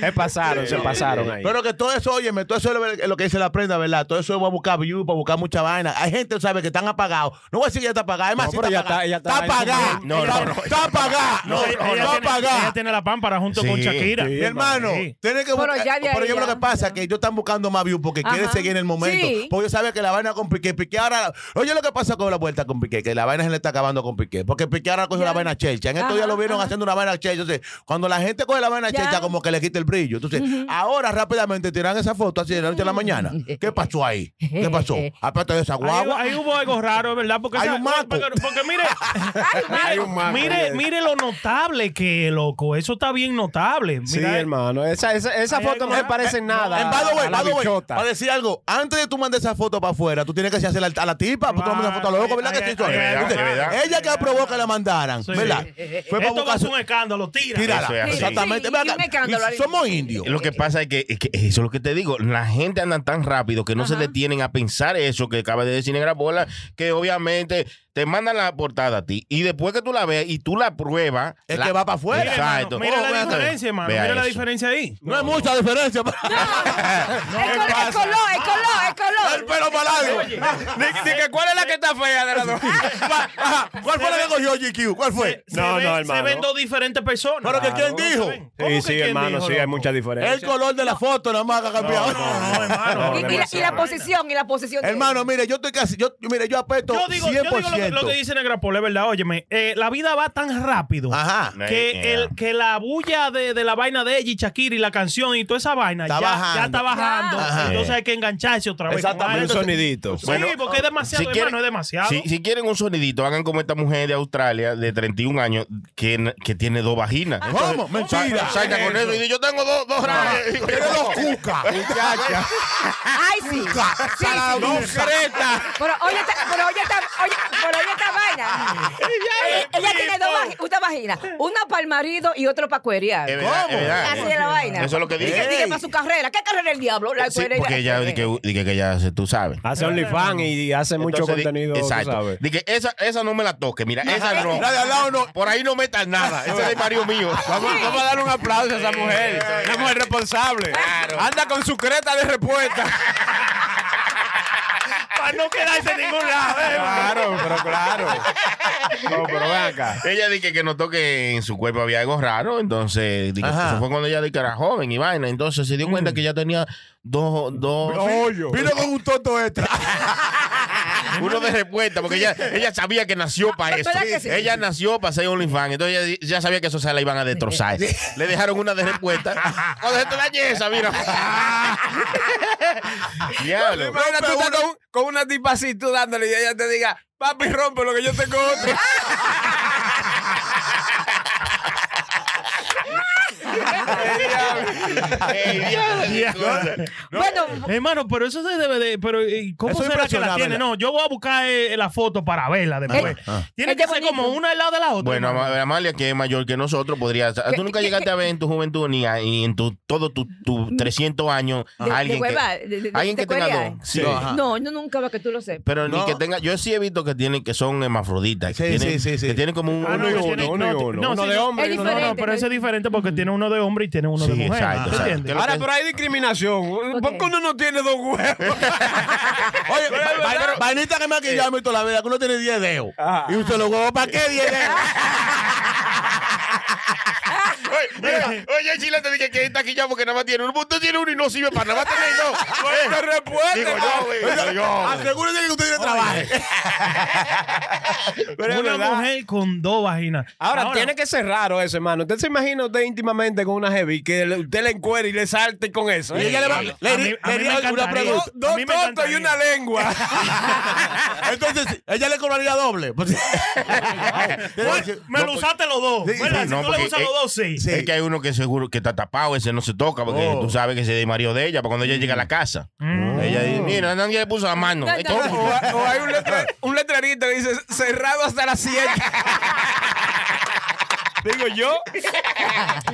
Se pasaron, se pasaron ahí. Pero que todo eso, óyeme, todo eso es lo- lo que dice la prenda, ¿verdad? Todo eso va a buscar view, para buscar mucha vaina. Hay gente, ¿sabes? Que están apagados. No voy a decir que ya está apagada. Es más, No, sí pero está ya apagada. está- ya está- Está apagada. No, no, Está- no. Está apagada. No, No, ella, está tiene, ella apagada. tiene la pámpara junto Sí, con Shakira. sí, Mi hermano, Sí. tiene que Pero buscar. ya de ahí Pero yo creo ya. que pasa que ellos están buscando más views porque quieren Ajá. seguir en el momento. Sí. Porque ellos saben que la vaina con Piqué. Piqué ahora. Oye, lo que pasa con la vuelta con Piqué, que la vaina se le está acabando con Piqué. Porque Piqué ahora cogió Ya. la vaina chelcha. En estos días Ajá, lo vieron ajá. haciendo una vaina chelcha. Entonces, cuando la gente coge la vaina Ya. chelcha, como que le quita el brillo. Entonces, ahora rápidamente tiran esa foto así de la noche a la mañana. ¿Qué pasó ahí? ¿Qué pasó? Aparte de esa Ahí, guagua. ahí hubo algo raro, ¿verdad? Porque, Hay esa- un maco. porque, porque mire, Hay un maco, mire, yes. mire lo notable que es, loco. Eso está bien notable. Mira, Sí, hermano. Esa, esa, esa Ay, foto ay, no se no, parece en nada. En by the way, a la by the way, bichota. para decir algo, antes de tú mandar esa foto para afuera, tú tienes que hacerla a la tipa, pues tú mandas esa foto a los locos, ¿verdad que sí? Ay, ay, ay, Entonces, ay, ay, ay, Ella que aprobó que la mandaran, Sí. ¿verdad? Fue para Esto va a buscar ser su... un escándalo. Tira. Tírala. Eso es así. Exactamente. Sí, Ven y acá, un escándalo, Ari. Somos indios. Lo que pasa es que, es que eso es lo que te digo. La gente anda tan rápido que no se detienen a pensar eso que acaba de decir Negra Bola, que obviamente te mandan la portada a ti. Y después que tú la veas y tú la pruebas. Es la- que va para afuera. Mira, hermano, Exacto. mira Oh, la vea- diferencia, hermano. vea Mira la eso. diferencia ahí. No hay mucha diferencia. pero- El color, el color, el color, el El color. pelo para largo. ¿Cuál es la que está fea de las dos? Ajá, ¿Cuál fue la que cogió GQ? ¿Cuál fue? Se No, ven- no, Se hermano. ven dos diferentes personas. Pero que ¿quién ¿Cómo dijo? se ven? ¿Cómo que Sí, sí, quién hermano, dijo, sí, hay loco? mucha diferencia. El color de la foto nada más que ha cambiado. No, hermano. No, Y, y la, y la posición, y la posición. de- Hermano, mire, yo estoy casi, yo, mire, yo apeto Yo digo, yo digo lo, que, 100%. lo que dice Negra Pola, es verdad. Óyeme, eh, la vida va tan rápido. Ajá. Yeah. Que, el, que la bulla de, de la vaina de ella y Shakira y la canción y toda esa vaina Está ya, bajando. ya está bajando. Ajá. Entonces hay que engancharse otra vez. con Exactamente. Un algo. sonidito. Sí, Bueno, porque es demasiado, si hermano, quieren- es demasiado. Si, si quieren un sonidito, hagan como esta mujer de Australia de 31 años que, que tiene dos vaginas. ¿Cómo? Sa- Mentira. Salta con eso y dice, yo tengo dos, dos ranas. Digo, yo, Tiene dos cucas. Ay, sí. Sí, sí. Pero oye, esta- pero oye, esta, oye, pero oye esta vaina. Eh, ella tiene dos vagi- una vagina. Una para el marido y otro para cuerear. Es verdad, ¿Cómo? es verdad. Así es la vaina. Eso es lo que Dije, dice. dije para su carrera. ¿Qué carrera el diablo? La Sí, cuerea y la- porque ella dice que, dice que ya se- tú sabes. Hace OnlyFans y hace mucho Entonces, di- contenido, tú Exacto. sabes. Dije, esa, esa no me la toque. Mira, esa no. La de al lado no. Por ahí no metas nada. Ese es el marido mío. Vamos a darle un aplauso a esa mujer. Una mujer responsable. Anda con su creta de respuesta. Para no quedarse en ningún lado. eh, hermano. Claro, pero claro. No, pero ven acá. Ella dije que notó que en su cuerpo había algo raro, entonces dije, Ajá. eso fue cuando ella dije que era joven y vaina, entonces se dio cuenta que ya tenía dos, dos Hoyo. Vino con un tonto extra. uno de respuesta, porque ella, ella sabía que nació para eso. ¿Verdad que sí? Ella nació para ser OnlyFans, entonces ella di- ya sabía que eso se la iban a destrozar. Le dejaron una de respuesta. Cuando se te dañe esa, mira. Diablo. Mira, tú estás con, con una tipa así, tú dándole y ella te diga, papi, rompe lo que yo tengo otro. Ey, diablo, qué cosa. Bueno, Hermano, pero eso se debe de. Pero, eh, ¿Cómo Eso es será que la impresionante, tiene? ¿verdad? No, yo voy a buscar eh, la foto para verla Eh, después. ah. Tiene Es que de ser bonito. como una al lado de la otra. Bueno, hermano. Ama- Amalia, que es mayor que nosotros, podría. ¿Qué- Tú nunca qué- llegaste a ver en tu juventud ni a- ni en tu, todo tus tu 300 años de- de alguien hueva, que, de- de- alguien de que tenga cuerear. dos. Sí. No, ajá. no, no nunca va que tú lo sepas. Pero ni No. que tenga. Yo sí he visto que tienen que son hermafroditas. que Sí, tienen, sí, sí, sí. Que tienen como un. Ah, no, uno y que uno, tiene- uno y no, uno. Mm. no, Uno sí, de no. hombre Es y uno No, de diferente. no, pero ese es diferente porque tiene uno de hombre y tiene uno de Sí, mujer. exacto. Exacto, exacto. Que lo Ahora, que- pero hay discriminación. ¿Por qué uno no tiene dos huevos? Oye, vainita- vainita que me ha quillado a mí toda la vida, que uno tiene 10 dedos. Y usted los huevos, ¿para qué 10 dedos? Oye, oye, Chile, te dije que está aquí ya porque nada más tiene uno. Usted tiene uno y no sirve para nada más tener dos. Te respuesta. Digo yo, güey, digo yo. Asegúrese que usted tiene trabajo. es una verdad. mujer con dos vaginas. Ahora, tiene que ser raro eso, hermano. Usted se imagina usted íntimamente con una heavy que le- usted le encuere y le salte con eso. Y ella le va- le- le- le- una pregunta. Dos A mí me tontos y una lengua. Entonces, ella le cobraría doble. Pues- Me lo usaste los dos. ¿verdad? si tú le usas los dos, sí. Oh. Es que hay uno que seguro que está tapado, ese no se toca, porque tú sabes que ese es marido de ella, para Mm. cuando ella llega a la casa. Ella dice, mira, nadie le puso la mano. No, Esto- no, no. O, o hay un, letra- un letrerito que dice cerrado hasta las 7. Digo yo.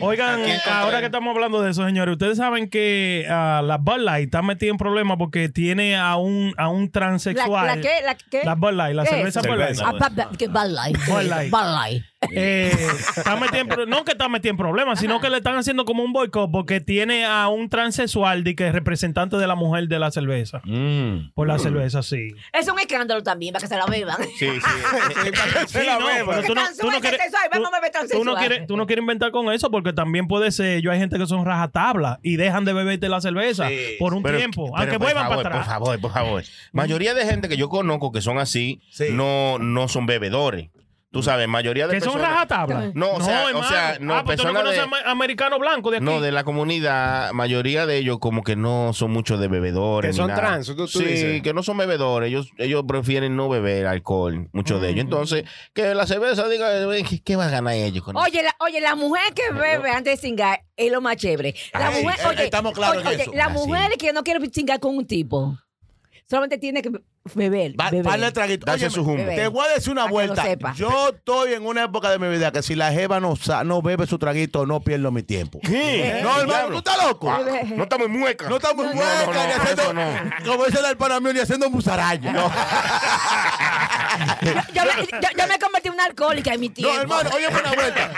Oigan, Aquí encontré. ahora que estamos hablando de eso, señores, ustedes saben que ah, la Bud Light está metida en problemas porque tiene a un, a un transexual. ¿La, la qué? ¿La qué? La Bud Light, la ¿Qué cerveza es? Bud Light. Ah, Bud Light, que Bud Light. Bud Light. Bud Light. Eh, está metida en pro- no que está metida en problemas, sino que le están haciendo como un boicot porque tiene a un transexual de que es representante de la mujer de la cerveza. Mm. Por la cerveza, sí. Es un escándalo también, para que se la beban. Sí, Ah, Sí, no, pero tú no, tú no quieres, Vamos a beber tan tú no quieres- tú no quieres inventar con eso porque también puede ser, yo hay gente que son rajatabla y dejan de beberte la cerveza por un Pero- tiempo, pero aunque por vuelvan favor, para atrás. Mm. Por favor, por favor. Mayoría de gente que yo conozco que son así, no, no son bebedores. Tú sabes, mayoría de Mm. que son personas- rajatabla. No, o sea, o hermano. sea, no, ah, pues tú no personas conoces de- ama- americano blanco de aquí. No, de la comunidad, mayoría de ellos como que no son muchos de bebedores. Que ni son nada. trans, tú- tú sí, dices. que no son bebedores. Ellos, ellos prefieren no beber alcohol, muchos de ellos. Entonces, que la cerveza diga, eh, ¿qué, qué va a ganar ellos con Oye la, oye, la mujer que bebe antes de cingar es lo más chévere. La Ah, sí, mujer, eh, sí, oye, estamos claros oye, en oye, eso. la Ah, sí. mujer que no quiere cingar con un tipo, solamente tiene que beber. Va- beber. Vale el traguito. Darse Óyeme, su humo. Te voy a decir una Para que lo vuelta. sepa. Yo estoy en una época de mi vida que si la jeva no, sa- no bebe su traguito, no pierdo mi tiempo. ¿Qué? No, hermano, Diablo. tú estás loco. Ah, no está muy mueca. No está muy No, mueca, no, no, ni eso haciendo, no. como dice el pana mío, ni haciendo musaraña. No. Yo me, yo, yo me convertí en una alcohólica en mi tiempo. hermano, oye, una vuelta.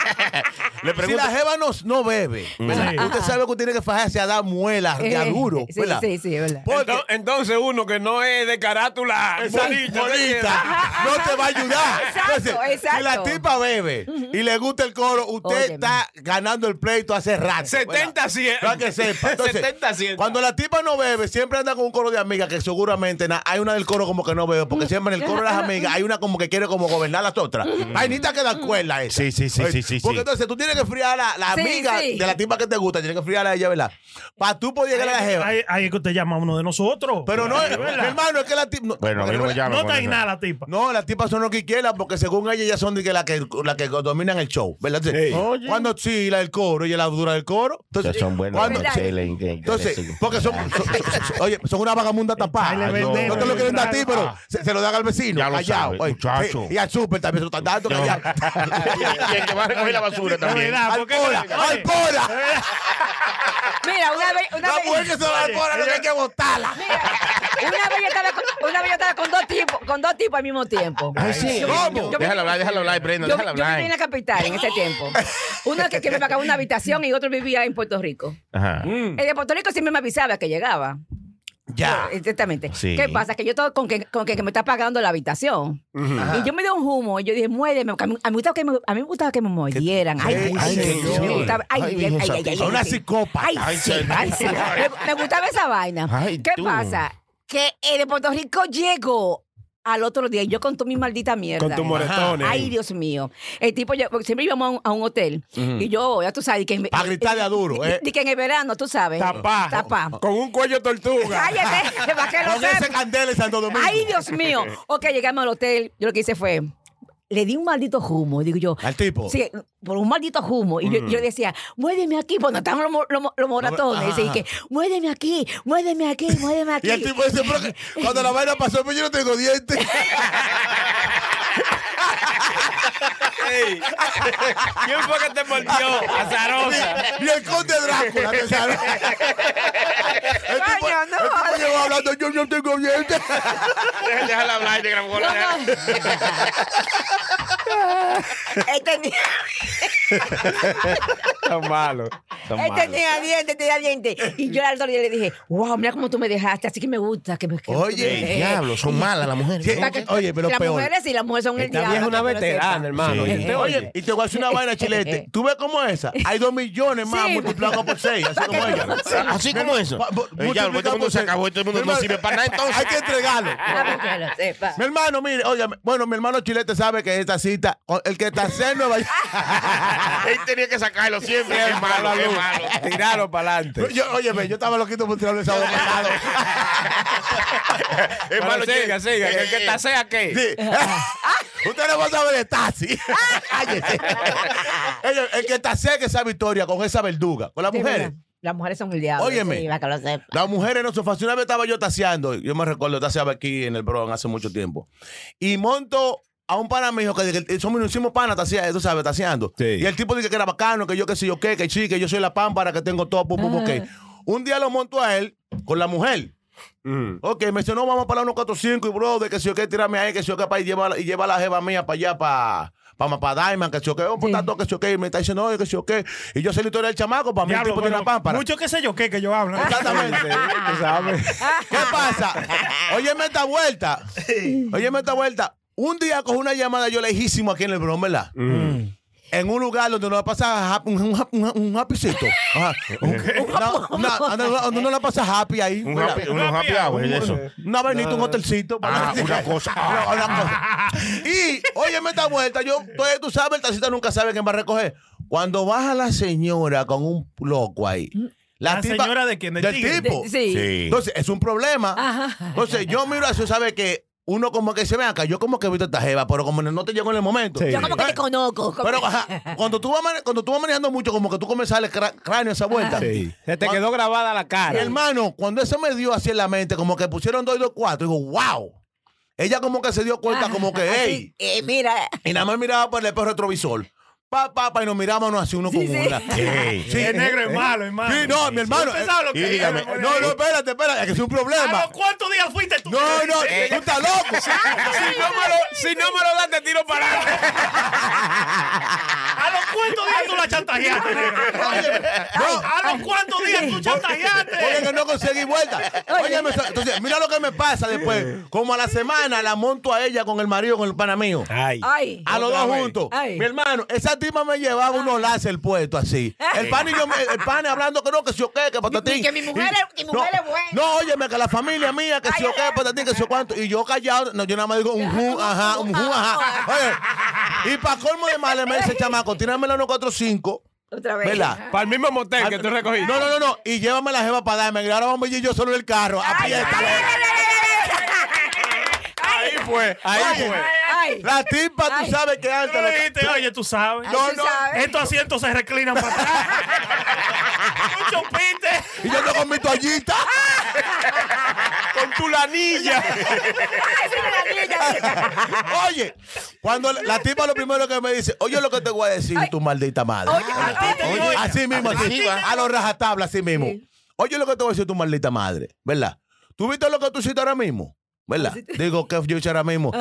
Le Si pregunto, la jeva no, no bebe, ¿verdad? Sí. usted sabe que tiene que fajarse a dar muelas, Eh, a duro, Sí, ¿verdad? sí, sí, es verdad. Porque Ento- Entonces uno que no es de carátula Exacto, bonita, ¿te bonita. queda? No te va a ayudar. Exacto, exacto. Si la tipa bebe y le gusta el coro, usted Óyeme. está ganando el pleito hace rato. 70 100. Para que sepa. Entonces, 70 100. Cuando la tipa no bebe, siempre anda con un coro de amigas que seguramente na- hay una del coro como que no bebe, porque siempre en el coro de las amigas hay una como que quiere como gobernar las otras. Vainita que da cuerda esa. Sí, sí, sí, Oye, sí, sí, Porque sí. entonces tú tienes que friar a la, la Sí, amiga sí. de la tipa que te gusta, tienes que friar a ella, ¿verdad? Para tú poder llegar a la jeva. Ahí ahí es que usted llama a uno de nosotros. Pero no, ¿verdad? mi hermano, es que la tipa... no- Bueno, a mí no me llaman. no con está en eso. nada la tipa. no, las tipas son quiquelas porque según ellas ellas son de que la que, la que dominan el show, ¿verdad? Entonces, Cuando sí, la del coro, ella es la dura del coro. Ya Entonces, son buenos. cuando- los cheles, que- Ah. que- entonces, que- porque son, son- son- son- oye, son una vagamunda tapada. Ay, le No vendemos, te lo quieren dar a ti, claro. pero se, se lo dan al vecino. Ya lo callado. sabe, oye. muchacho. Y, y al súper también se lo están dando callado. Y el que va a recoger la basura De también. verdad, ¡Al porque- pora! oye, ¡Al pora! Mira, una vez, una Pues, La vez, mujer que se va al pora no hay que botarla. mira, una vez yo estaba con, una vez yo estaba con dos tipos, con dos tipos al mismo tiempo. Ay, sí. Yo- yo- yo- Déjalo hablar, déjalo hablar, Brenda, Yo, déjalo yo hablar. vivía en la capital en ese tiempo. Uno que, que me pagaba una habitación y otro vivía en Puerto Rico. Ajá. El de Puerto Rico siempre me avisaba que llegaba. Ya. Eh, Exactamente. Sí. ¿Qué pasa? Que yo todo con que, con que, que me está pagando la habitación. Y yo me di un humo y yo dije, muérdeme. porque A mí, a mí me gustaba que me, a mí me gustaba que me mordieran. Ay, ay, ay, sí, señor. me gustaba- ay, Ay, ay, Virgen ay, ay, ay, Santísima. Una ay, sí. psicópata. Ay, Ay, sí, señor. ay, sí. Me, me gustaba esa vaina. Ay, ¿Qué tú. pasa? Que el de Puerto Rico llegó al otro día y yo con tu mi maldita mierda. Con tus moretones. Ay, Dios mío. El tipo, yo, porque siempre íbamos a un, a un hotel y yo, ya tú sabes, que en, Pa' gritarle a duro, di- eh. di que en el verano, tú sabes. Tapá. Tapá. Con un cuello de tortuga. Cállate, para que lo Con ese sepa. candela en Santo Domingo. Ay, Dios mío. Ok, llegamos al hotel. Yo lo que hice fue, le di un maldito humo. Digo yo, Al tipo. Mm. sí, por un maldito humo. Y yo, yo decía, muérdeme aquí, cuando están los, mo- los, mo- los moratones. Ajá. Y que, muérdeme aquí, muérdeme aquí, muérdeme aquí. Y el tipo dice, pero que- cuando la vaina pasó, pues yo no tengo dientes. Ey. ¿Quién fue que te mordió? Azarosa. Y el conde Drácula, ¿te sabes? El tipo, Coño, no. el tipo llegó hablando, yo no tengo dientes. Déjala hablar y te grabó la Eh, tenía- Tan malo. Él tenía dientes, tenía dientes. Y yo al otro día le dije, wow, mira cómo tú me dejaste, así que me gusta. Que me, que tú me Oye, dejes". diablo, son malas las mujeres. Sí, Oye, pero las peor. mujeres sí, las mujeres son el Esta diablo. vieja es una que me lo veterana, sepa. hermano. Y te- Ah, oye, y te voy a decir una vaina, chilete. ¿Tú ves cómo es esa? Hay dos millones más Sí. multiplicado por seis, así Para como que ella. tú sepas. Ah, Así como eso. Pa- pa- Eh, ya, porque todo el mundo se acabó, todo el mundo no Hermano, sirve para nada, entonces. Hay que entregarlo. Para que lo sepa. Mi hermano, mire, oye, bueno, mi hermano Chilete sabe que esta cita, el que está en Nueva York. Él tenía que sacarlo siempre. Es malo, es malo. Tiralo para Este, adelante. Yo, óyeme, yo estaba loquito por tirarlo el sábado pasado. Es malo, Pero siga, che. siga, que el que está sea que. Sí. Usted no va a saber de Tassi. Cállese. el, el que está seca esa victoria con esa verduga, con las De mujeres. verdad, Las mujeres son el diablo. Óyeme. Sí, para que lo sepa. Las mujeres no se fácil. Una vez estaba yo taseando, yo me recuerdo, taseaba aquí en el Bronx hace mucho tiempo. Y monto a un pana mío que, que somos nos hicimos pana, tasea, tú sabes, taseando. Sí. Y el tipo dice que era bacano, que yo qué sé yo qué, que sí, que yo soy la pámpara, que tengo todo, pum, pum, pum, ok. Un día lo monto a él con la mujer. Mm. Ok, me dice, no, vamos para la 145 y bro, de que si yo qué, tirarme ahí, que si yo qué, pa' y lleva, y lleva la jeva mía para allá, para para Diamond, que si yo qué, un tanto que si yo qué, y me está diciendo, oye, que si yo qué. Y yo sé la historia del chamaco, para mí el Diablo, tipo tiene pero una pámpara. mucho que sé yo qué que yo hablo. Exactamente. ¿Qué pasa? Óyeme esta vuelta. Óyeme esta vuelta. Un día con una llamada yo lejísimo aquí en el Bronx, ¿verdad? Mm. En un lugar donde no la pasa hap- un, un, hap- un, un happycito. Ajá. Una- una- Donde no- donde no la pasa happy ahí. Un ¿verdad? happy- Unos happy hours, eso. Una vainita, un hotelcito. Ah, una cosa. Una- una cosa. Y, óyeme esta vuelta, yo, tú, tú sabes, el taxista nunca sabe quién va a recoger. Cuando baja la señora con un loco ahí. ¿La tipa- señora de quién? ¿Del Del tigre? tipo. De- sí. Sí. Entonces, es un problema. Ajá. Entonces, yo miro eso, sabe que uno como que se ve acá, yo como que he visto esta jeva, pero como no te llegó en el momento. Yo como que te conozco. como- Pero ajá, cuando, tú vas mane- cuando tú vas manejando mucho, como que tú comes a darle cra- cráneo a esa vuelta. Se te quedó grabada la Mi cara. hermano, cuando eso me dio así en la mente, como que pusieron dos y dos cuatro, digo, wow. Ella como que se dio cuenta, como que, Ah, Así, hey. eh, mira, Y nada más miraba por el espejo retrovisor. Pa, pa, pa, y nos mirábamos así uno con sí. una. Ey. Sí, El negro es malo, hermano. Sí, no, mi hermano. eh, ¿Usted sabe lo Y que es, dígame, hermano? No, no, espérate, espérate, es que es un ¿A problema. los cuántos días fuiste tú? Eh, No, no, eh, tú estás loco. Si no me lo- Si no me lo dan, te tiro para adelante. ¿A los cuántos días tú la chantajeaste? negro? ¿A los cuántos días tú Oye, chantajeaste? que no conseguí vuelta. Oye, me sa- entonces, mira lo que me pasa después. Como a la semana la monto a ella con el marido, con el pana mío. Ay. Ay. A los Otra dos vez. juntos. Ay. Mi hermano, esa tipa me llevaba unos láser el puesto así. El pan y yo, me- el pan hablando que no, que si o qué, que patatín. que mi mujer Y- es- que mi mujer no, es buena. No, óyeme, que la familia mía, que si o Ay, qué, ay, patatín, que si o cuánto. Y yo callado, no, yo nada más digo un ju, ajá, un ju, ajá. Oye, y para colmo de mal, me dice chamaco, tírame la 145, Otra vez. ¿verdad? Para el mismo motel Ah, que tú recogiste. No, no, no, no. Y llévame la jeva para darme. Y ahora vamos yo y yo solo en el carro. Ay, ay, Apriétalo. ay, ay, ay, ay, ay. Ahí fue, ahí Oye, fue. Ay. pues. La tipa, tú Ay. sabes que Tú antes. le la- dijiste, oye, tú sabes. Ay, tú sabes. Estos asientos se reclinan para atrás. Un chupite. Y yo no con mi toallita. Con tu lanilla. Ay, sí, la niña. Oye, cuando la- la tipa lo primero que me dice, oye lo que te voy a decir, tu maldita madre. Oye, oye, Oye, oye. así mismo, así. Agresiva. A los rajatabla, así mismo. Oye lo que te voy a decir, tu maldita madre, ¿verdad? ¿Tú viste lo que tú hiciste ahora mismo? ¿Verdad? Digo que yo hice ahora mismo.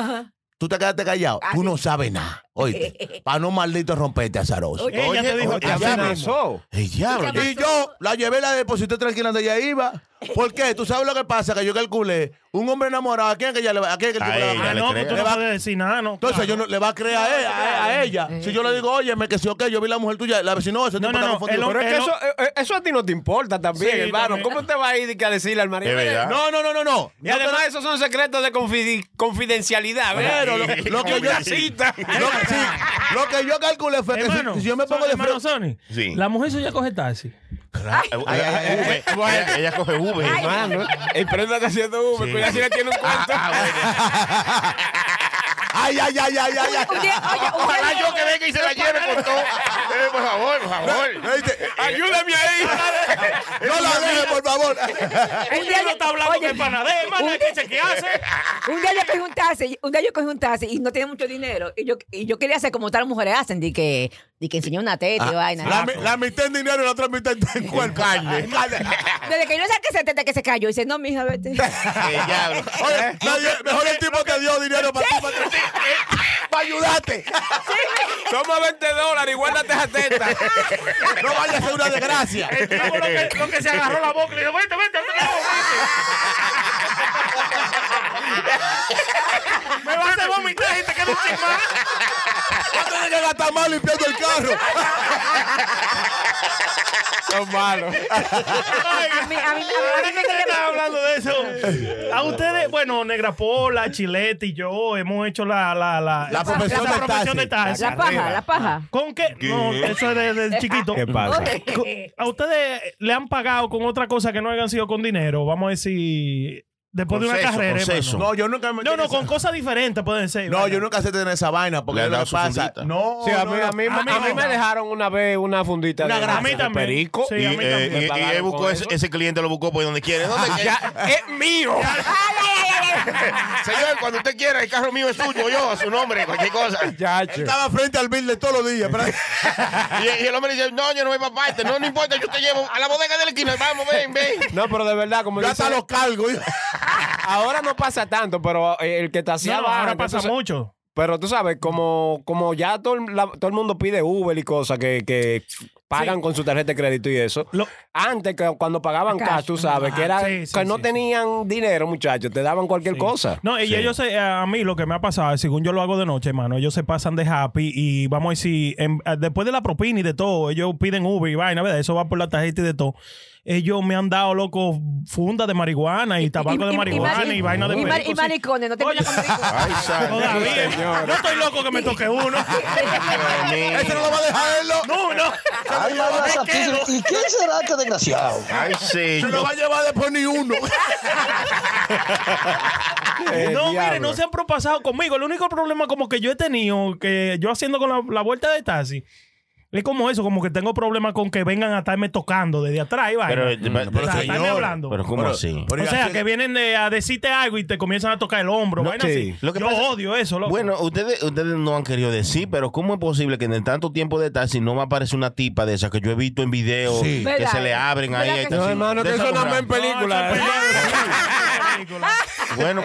Tú te quedaste callado. Tú no sabes nada. Oye, para no maldito romperte azaroso. Oye, Ella te dijo, oye, "Te ya hacen mismo". Ey, diablo, yo- Y yo la llevé, la deposité tranquila donde ella iba. ¿Por qué? ¿Tú sabes lo que pasa? Que yo calculé. Un hombre enamorado, ¿a quién es que ella le va a, quién es que el A tipo le va a ella Ah, creer? le no, creo. pues tú Le no va- puedes decir nada, no. Entonces yo claro. no, le va a creer a, él- a- eh. a ella. Si yo le digo, oye, me que si ok, yo vi la mujer tuya, la vecina, no, ese No, tipo no, está no, confundido. el Pero es que Pero- eso, eh, eso a ti no te importa también, Sí, hermano. también. ¿Cómo te vas a ir que a decirle al marido? Es verdad. No, no, no, no, no. Y No, además pero- esos son secretos de confidi- confidencialidad, Pero ¿verdad? lo, lo que yo Cita. lo que- sí, lo que yo calculé fue que si- Hermano, si, yo me pongo Sony, de hermano frente. Sony, Sí. la mujer suya coge taxi. Eh, eh, eh, V. Ella- Ella coge V. Hermano, el prenda está haciendo Uber, Sí. cuidado si le tiene un Ah, cuento. ah, bueno. Ay, ay, ay, ay, ay, ay. Un día- oye, un Ojalá día- yo que venga y se la lleve con todo. Eh, Por favor, por No, favor. dice, Ayúdame ahí. no la dejes, por favor. Un día Ella no está hablando oye, que es panadero, hermano, hay que chequearse. Un día yo cogí un taxi, un día yo cogí un taxi y no tenía mucho dinero. Y yo, y yo quería hacer como otras mujeres hacen, de que Y que enseñó una teta y Ah, vaina. la, mi- la mitad en dinero y la otra mitad en cuerpo. Carne. Desde que yo le saqué ese teta que se cayó, dice, no, mija, vete. ¿Eh? Oye, nadie- mejor el tipo te dio dinero para, ti, para, ti, para ayudarte. Toma 20 dólares y guárdate esa teta. No vaya a ser una desgracia. El tipo lo que, lo que se agarró la boca y le dijo, vete, vete, vete, vete. Me vas a hacer vomitar y te quedas sin más. No te que gastar más limpiando el carro. Son malos. A mí, a mí, a mí, a mí me- Estaba hablando de eso. A ustedes, bueno, Negra Pola, Chilete y yo hemos hecho la, la, la, La profesión de taxi. de taxi. La paja, la paja. ¿Con qué? No, eso es desde chiquito. ¿Qué pasa? Co- ¿A ustedes le han pagado con otra cosa que no hayan sido con dinero? Vamos a decir, después de una Con sexo, carrera. con hermano. sexo. No, yo nunca me No, no, con cosas diferentes pueden ser. No, vaya. yo nunca sé tener esa vaina porque Le es lo ha dado que su pasa. fundita. No, Sí, a no, mí, no. a mí, a mí Oh, no. me dejaron una vez una fundita Una de, grasa. A mí de también. perico. Sí, Y, a mí eh, también. y- y pagaron él buscó con ese, eso. ese cliente lo buscó por donde quiere. ¿Dónde Ah, ya, es mío. Señor, cuando usted quiera, el carro mío es suyo, yo, a su nombre, cualquier cosa. Chacho. Estaba frente al bill de todos los días. pero- Y, y el hombre dice, no, yo no voy para parte, no, no importa, yo te llevo a la bodega de la esquina, vamos, ven, ven. No, pero de verdad, como Yo dice- hasta los cargo. yo- ahora no pasa tanto, pero eh, el que te hacía No, no, ahora vaina, que pasa tú sa- mucho. Pero tú sabes, como, como ya todo el, la- todo el mundo pide Uber y cosas que, que pagan con su tarjeta de crédito y eso. Lo- Antes, que cuando pagaban Cash. cash, tú sabes, que, era, Ah, sí, sí, que no sí, tenían dinero, muchachos, te daban cualquier cosa. No, y Sí. ellos, se- a mí lo que me ha pasado, según yo lo hago de noche, hermano, ellos se pasan de happy y vamos a decir, en- ah, después de la propina y de todo, ellos piden Uber y vaina, ¿verdad? Eso va por la tarjeta y de todo. Ellos me han dado, loco, funda de marihuana y tabaco de marihuana y, mari- vaina de y, mari- perico, y sí. maricones, no termina Oye. con maricones. Ay, santo. Todavía. Señor. No estoy loco que me toque uno. Dios mío. Ese no lo va a dejar él. no. No, no. Ay, mamá, Zapito, ¿Y quién será este desgraciado? Ay, Se lo señor. va a llevar después ni uno. Eh, No, mire, diablo. no se han propasado conmigo. El único problema como que yo he tenido, que yo haciendo con la, la vuelta de taxi, es como eso, como que tengo problemas con que vengan a estarme tocando desde atrás y vaina. Pero, O Mm, pero, sea, señor, estarme hablando. pero ¿cómo Pero- así? pero o ya sea, tiene- que vienen de- a decirte algo y te comienzan a tocar el hombro. No, vaina sí. así. Lo que Yo pasa- odio eso, loco. Bueno, ustedes, ustedes no han querido decir, pero ¿cómo es posible que en el tanto tiempo de taxi no me aparece una tipa de esas que yo he visto en video, Sí. que se le abren ahí? ¿Verdad que al sí? taxi? No, hermano, De que esas eso nada más raras. No, en eso película. es película. Película. Bueno,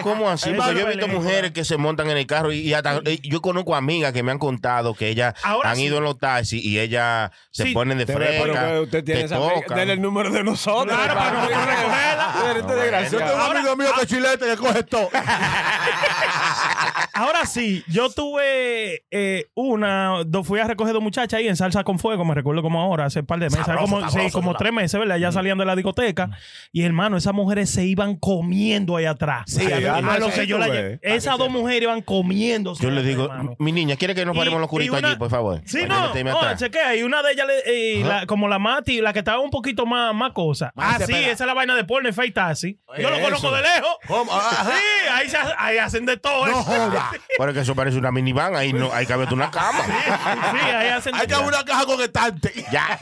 ¿cómo así? Es Porque una yo he visto película. mujeres que se montan en el carro y, y hasta- eh, yo conozco amigas que me han contado que ellas Ahora han sí. ido en los taxis y ellas se Sí. ponen de Te ve, pero fresca, que usted tiene te esa amiga, tocan. dele el número de nosotros. Claro, para nosotros recogerla. Este Yo tengo desgraciado. un amigo mío ah. que es chilete que coge todo. Ahora sí, yo tuve eh, una, do- fui a recoger dos muchachas ahí en Salsa con Fuego, me recuerdo como ahora, hace un par de meses, Sabroso, como, sabroso, sí, como sabroso. tres meses, ¿verdad? Ya salían de la discoteca. Y hermano, esas mujeres se iban comiendo ahí atrás. Sí, a, ah, lo sí, que yo tú la ves. Esas dos mujeres iban comiendo. Yo le digo, hermano. mi niña, ¿quiere que nos Y- paremos los y curitos una- allí, por favor? Sí, Para que no, no te me no, atrás. se queda. Y una de ellas, le- eh, la- como la Mati, la que estaba un poquito más, más cosa. Más ah, sí, desesperada. esa es la vaina de porno en Face Taxi. Yo lo Eso. conozco de lejos. ¿Cómo? Ajá. Sí, ahí, se ha- ahí hacen de todo. No eso. joda. Pero que eso parece una minivan, ahí no, hay que haberte una cama. Sí, ahí hacen de Hay que todo. abrir una caja con estante. ya.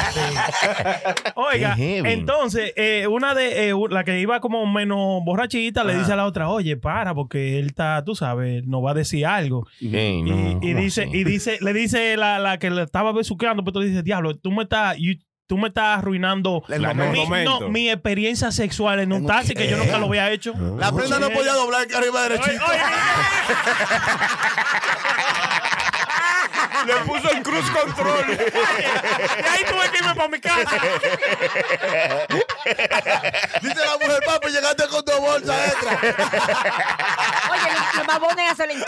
Oiga, Qué heavy. entonces, eh, una de eh, u- la que iba como menos borrachita le dice a la otra, oye, para, porque él está, tú sabes, no va a decir algo. Ey, Y- no, y, ¿cómo dice, así? y dice, le dice la, la que le estaba besuqueando, pero tú le dices, diablo, tú me estás, you- tú me estás arruinando El mi, momento. no, mi experiencia sexual en un taxi que yo nunca lo había hecho. Eh. La prenda no podía doblar que arriba Oye, derechito. oye, Le puso el cruz control. y ahí tuve que irme para mi casa. Dice la mujer, papi, llegaste con dos bolsas extra. Oye, lo, lo más bueno es hacerlo, en, es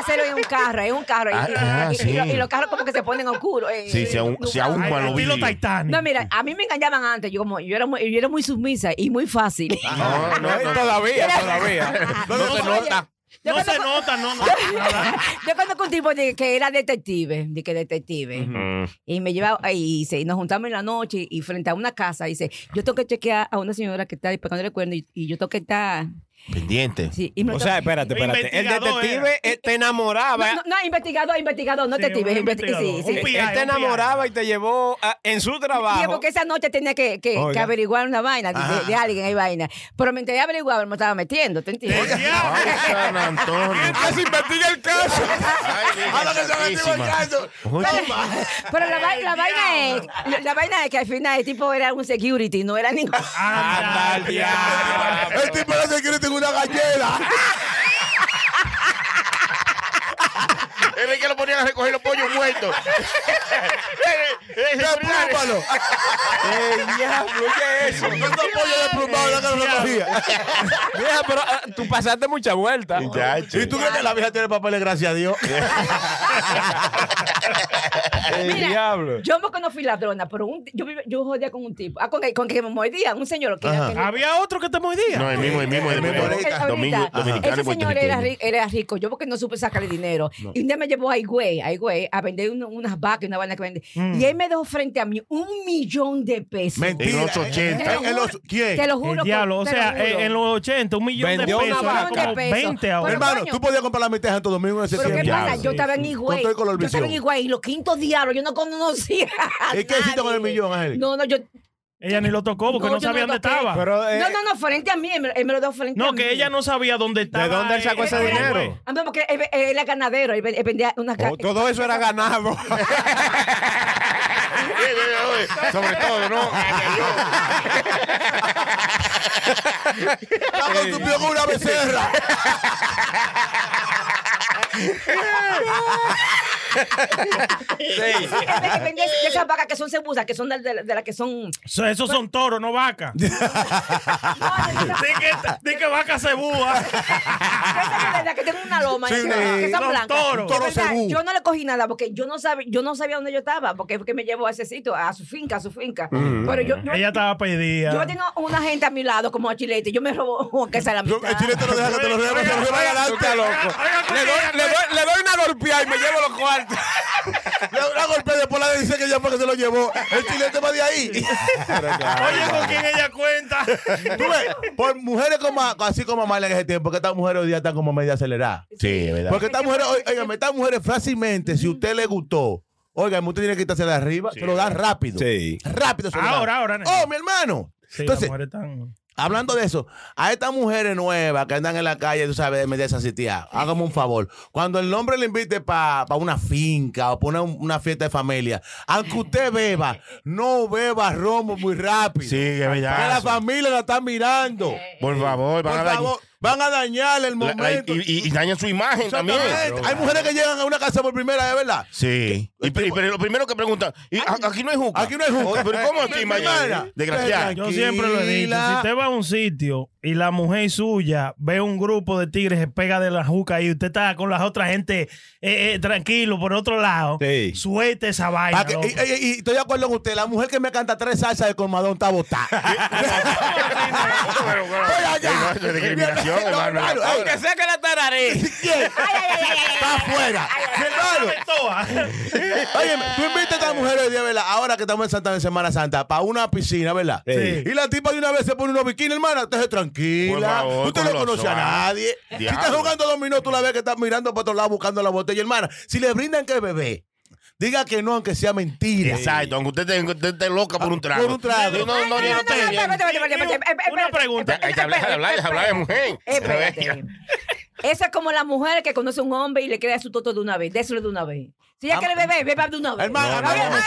hacerlo en un carro, en un carro. Y, Ah, y- ah, y- sí. y- y los carros como que se ponen oscuros. eh, Sí, se aún- nublados. se aún- Ay, Bueno, estilo Willy. Titanic. No, mira, a mí me engañaban antes. Yo como yo era muy, yo era muy sumisa y muy fácil. No, no, no. Todavía, todavía. No se nota. Yo no cuando- se nota, no, no. Yo conozco un tipo de, que era detective, de que detective. Mm. Y me llevaba, y, dice, y nos juntamos en la noche y frente a una casa, dice, yo tengo que chequear a una señora que está pegando el cuerno y, y yo tengo que estar Pendiente. y me o to- sea, espérate, espérate. El Investigador detective eh, este te ah, enamoraba. No, no, no, investigador, investigador, no te tibes. investi- sí, sí. Él te este enamoraba y te llevó a- en su Sí, trabajo. porque esa noche tenía que, que- que Oiga. averiguar una vaina de- de, Ajá. de alguien ahí vaina. Pero mientras yo averiguaba, me estaba metiendo, ¿te entiendes? Así investiga el caso. Ahora que se metió el caso. Pero la, vai- la vaina es, la vaina es que al final el tipo era un security, no era ningún. El tipo de security en una gallera. Era que lo ponían a recoger los pollos muertos. ¡Desplúmalo! ¡El diablo! ¿Qué es eso? No pollo desplumado, era que lo recogía. Vieja, pero ah, tú pasaste mucha vuelta. ¿Y tú crees que la vieja tiene papeles, gracias a Dios? El Mira, diablo. Yo porque no fui ladrona, pero un- yo, vive- yo jodía con un tipo. Ah, con, el- con que me mordía, un señor que Ajá. era. que- Había otro que te mordía. No, el mismo, el mismo, el mismo. Ahorita, ahorita. Domingo, dominicano y Ese señor puertorriqueño. era rico, era rico. Yo porque no supe sacarle dinero. No. Y un día me llevó a Higüey, a Higüey, a vender uno- unas vacas y una vaina que vende. Y él me dejó frente a mí un millón de pesos. Mentira. En los 80. Te lo En los- juro- ¿quién? Te lo juro. El diablo, o te lo sea, juro. eh, en los 80, un millón Vendió de una pesos. vaca. era como Un millón de pesos. 20 ahora. Pero, Hermano, coño. tú podías comprar la mitad en Santo Domingo en ese Pero qué tiempo. pasa, yo estaba en Higüey. Con todo el color Yo estaba en visión. Higüey, y los quintos diablos, yo no conocía. a ¿Y qué hiciste con el nadie. millón, Ángel? No, no, yo. Ella ni lo tocó porque no, yo sabía lo dónde toqué. estaba. eh, No, no, no, frente a mí. Él me, él me lo dio frente a No, mí. que ella no sabía dónde estaba. dónde él sacó eh, ese eh, dinero? güey. Ah, no, porque él, él era ganadero, él, él vendía unas Oh, todo eso era ganado. Sobre todo, ¿no? La consumió con una becerra. Él vendía- vendía esas vacas que son cebusas, que son de, de- de las que son. So- Pues, Esos son toros, no vacas. Di que, di que vaca se búa. Esas de las que tienen una loma, Sí, esas, una- que son los blancas. toros. De Toro verdad, cebú. yo no le cogí nada porque yo no sabía, yo no sabía dónde yo estaba, porque, porque me llevó a ese sitio, a su finca, a su finca. Pero yo, yo, Ella estaba pedida. yo tengo una gente a mi lado como a Chilete, yo me robó que se la mitad. El chilete lo deja que te lo reba, te lo reba Está loco. Le doy, le doy- le doy una golpeada y me llevo los cuartos. Le da golpe de pola dice que ya fue que se lo llevó. El chilete va de ahí. Oye, con quién ella cuenta. Tú ves, por mujeres como, así como Amalia en ese tiempo, que estas mujeres hoy día están como media aceleradas. Sí, ¿verdad? Porque estas mujeres, oí- óigame, estas mujeres fácilmente, si usted le gustó, óigame, usted tiene que quitarse de arriba, se lo dan rápido. Sí. Rápido se lo dan. Ahora, ahora, nena. Oh, mi hermano. Sí, las Entonces, mujeres están- Hablando de eso, a estas mujeres nuevas que andan en la calle, tú sabes, me desasistía, hágame un favor. Cuando el hombre le invite para una finca o para una, una fiesta de familia, aunque usted beba, no beba romo muy rápido. Sí, que Que la bellazo. familia la está mirando. Por favor, Por van a dar. favor, van a dañar el la- la- momento. y, y- y dañan su imagen también. Exactamente. Hay mujeres que llegan a una casa por primera vez, ¿verdad? Sí. Y, pri- pero lo primero que preguntan, ¿y a- aquí no hay juca. Aquí no hay juca. Oye, pero ¿cómo aquí, Mi Mañana? hermana. Desgraciado. Yo siempre lo he dicho. Si Tranquila. usted va a un sitio y la mujer suya ve un grupo de tigres, se pega de la juca y usted está con las otras gente eh, eh, tranquilo por otro lado, Sí. suelte esa vaina. Pa' Ah, que- loco. y, y- y- y estoy de acuerdo con usted, la mujer que me canta tres salsas de colmadón está botada. Voy allá. Ey, no, eso es discriminación, No, hermano. hermano, ey, Aunque sea que la tararé. ¿quién? Está afuera. Mi hermano, ¿ah? Oye, tú invitas a estas mujeres hoy día, ¿verdad? Ahora que estamos en Santa en Semana Santa, para una piscina, ¿verdad? Sí. Y la tipa de una vez se pone unos bikinis, hermana. Entonces, Por tranquila. favor, usted con no los conoce a ojos. nadie. Si Diablo. estás jugando dominó, tú la ves que estás mirando para otro lado buscando la botella, hermana. Si le brindan que bebé, diga que no, aunque sea mentira. Exacto, aunque usted esté- usted esté loca por un trago. Por un trago. No, no, no, Ay, no, no, no, no, no, no, espérate, espérate, espérate, espérate, espérate, Una espérate. pregunta. Hay que hablar, deja de hablar, deja de hablar de mujer. Espérate. Esa es como la mujer que conoce a un hombre y le queda su toto de una vez, déselo de una vez. Si ella Ah, quiere beber, beba de una vez. Hermano, Ay, no, ay, ay, no, no, no, no,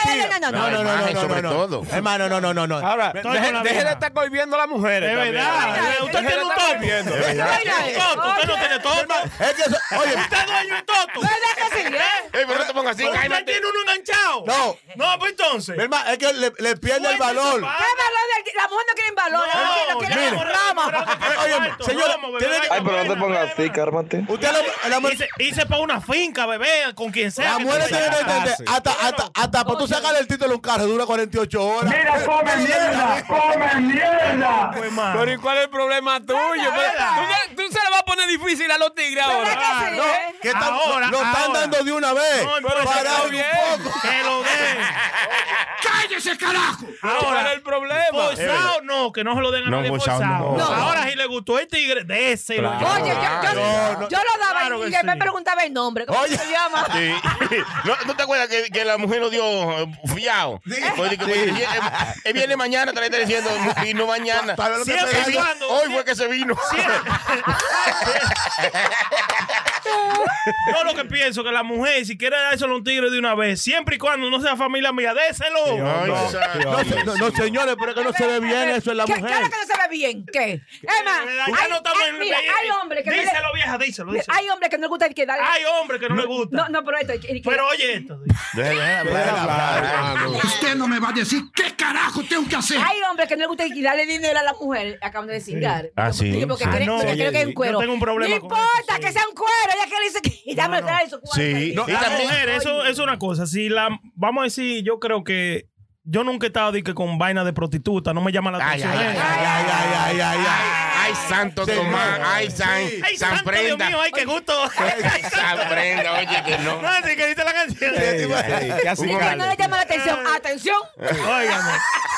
no, imagen, no, no, sobre no. todo. Hermano, no, no, no, no. Ahora, Estoy con la deje, deje de vieja. estar cohibiendo a las mujeres. De también. verdad. Deje Usted de tiene un estar topo. cohibiendo. Usted tiene un toto, Usted no tiene toto. Es que eso, oye, Usted es dueño de un toto. ¿Verdad que sí, eh? Ey, pero no te pongas así, Usted cálmate. tiene uno enganchado. No. No, pues entonces. mi hermano, es que le, le pierde el valor. ¿Qué valor del- La mujer no quiere valor, la mujer no quiere mire. rama. Oye, señor, tiene que- Ay, pero no te pongas así, cármate. Usted lo- la, mujer- Hice, hice para una finca, bebé, con quien sea. la que mujer tú tiene que vayas. entender. Hasta, hasta, hasta para tú sacarle el título a un carro dura 48 horas. Mira, come mierda, come mierda. Pues, hermano. Pero ¿y cuál es el problema tuyo? verdad. Pero Tú, se- tú se le vas a poner difícil a los tigres ahora. ¿Verdad que sí, No, eh? que están- Ahora, lo, lo están ahora. dando de una vez. No, pero Parado está un bien. poco. Que lo dé. ¡Cállese, carajo! Ahora, el problema? Forzado no, que no se lo den a No, nadie forzado forzado. no. No. Ahora, si le gustó el tigre, déselo. Claro. Oye, yo- yo- No, no. Yo lo daba Claro y que después sí. preguntaba el nombre. ¿Cómo se llama? Sí. ¿No, no te acuerdas que, que la mujer lo dio eh, fiado? Fue de que, pues, él- él viene mañana, te le está diciendo, y no mañana. Pa- para lo que Siempre te y digo. cuando- Hoy fue que se vino. Yo lo que pienso que la mujer, si quiere dárselo a un tigre de una vez, siempre y cuando no sea familia mía, déselo. No, no, no, se- no, no, señores, pero es que no se ve bien eso en la ¿Qué, claro mujer. que no se ve bien? ¿Qué? Emma, verdad, ya hay, no estamos hay- en- mira, eh, hay hombres que no le- díselo, vieja, díselo, díselo. Hay hombres que no le gusta que darle. Hay hombres que no le gusta. No, no, pero esto. y- y- Pero oye esto. Usted no me va a decir qué carajo tengo que hacer. Hay hombres que no le gusta que darle dinero a la mujer. Acaban de cingar. Ah, sí. Sí, porque Ah, cree- no, porque creo que es un yo cuero. tengo un problema No con importa que sea un cuero. Ella que le dice que ya me trae su cuero. Sí. No, Y la también- mujer, eso es una cosa. Si la, vamos a decir, yo creo que yo nunca he estado de que con vaina de prostituta, no me llama la atención. ay, ay, ay, Santo Tomás, ay, San, Ay, San santo Dios Prenda. mío, ay, qué gusto. Ay, San Prenda, oye, Eh, que no. No, sí, que dice la canción. Y que no le llama la atención. Eh, Atención. Óigame,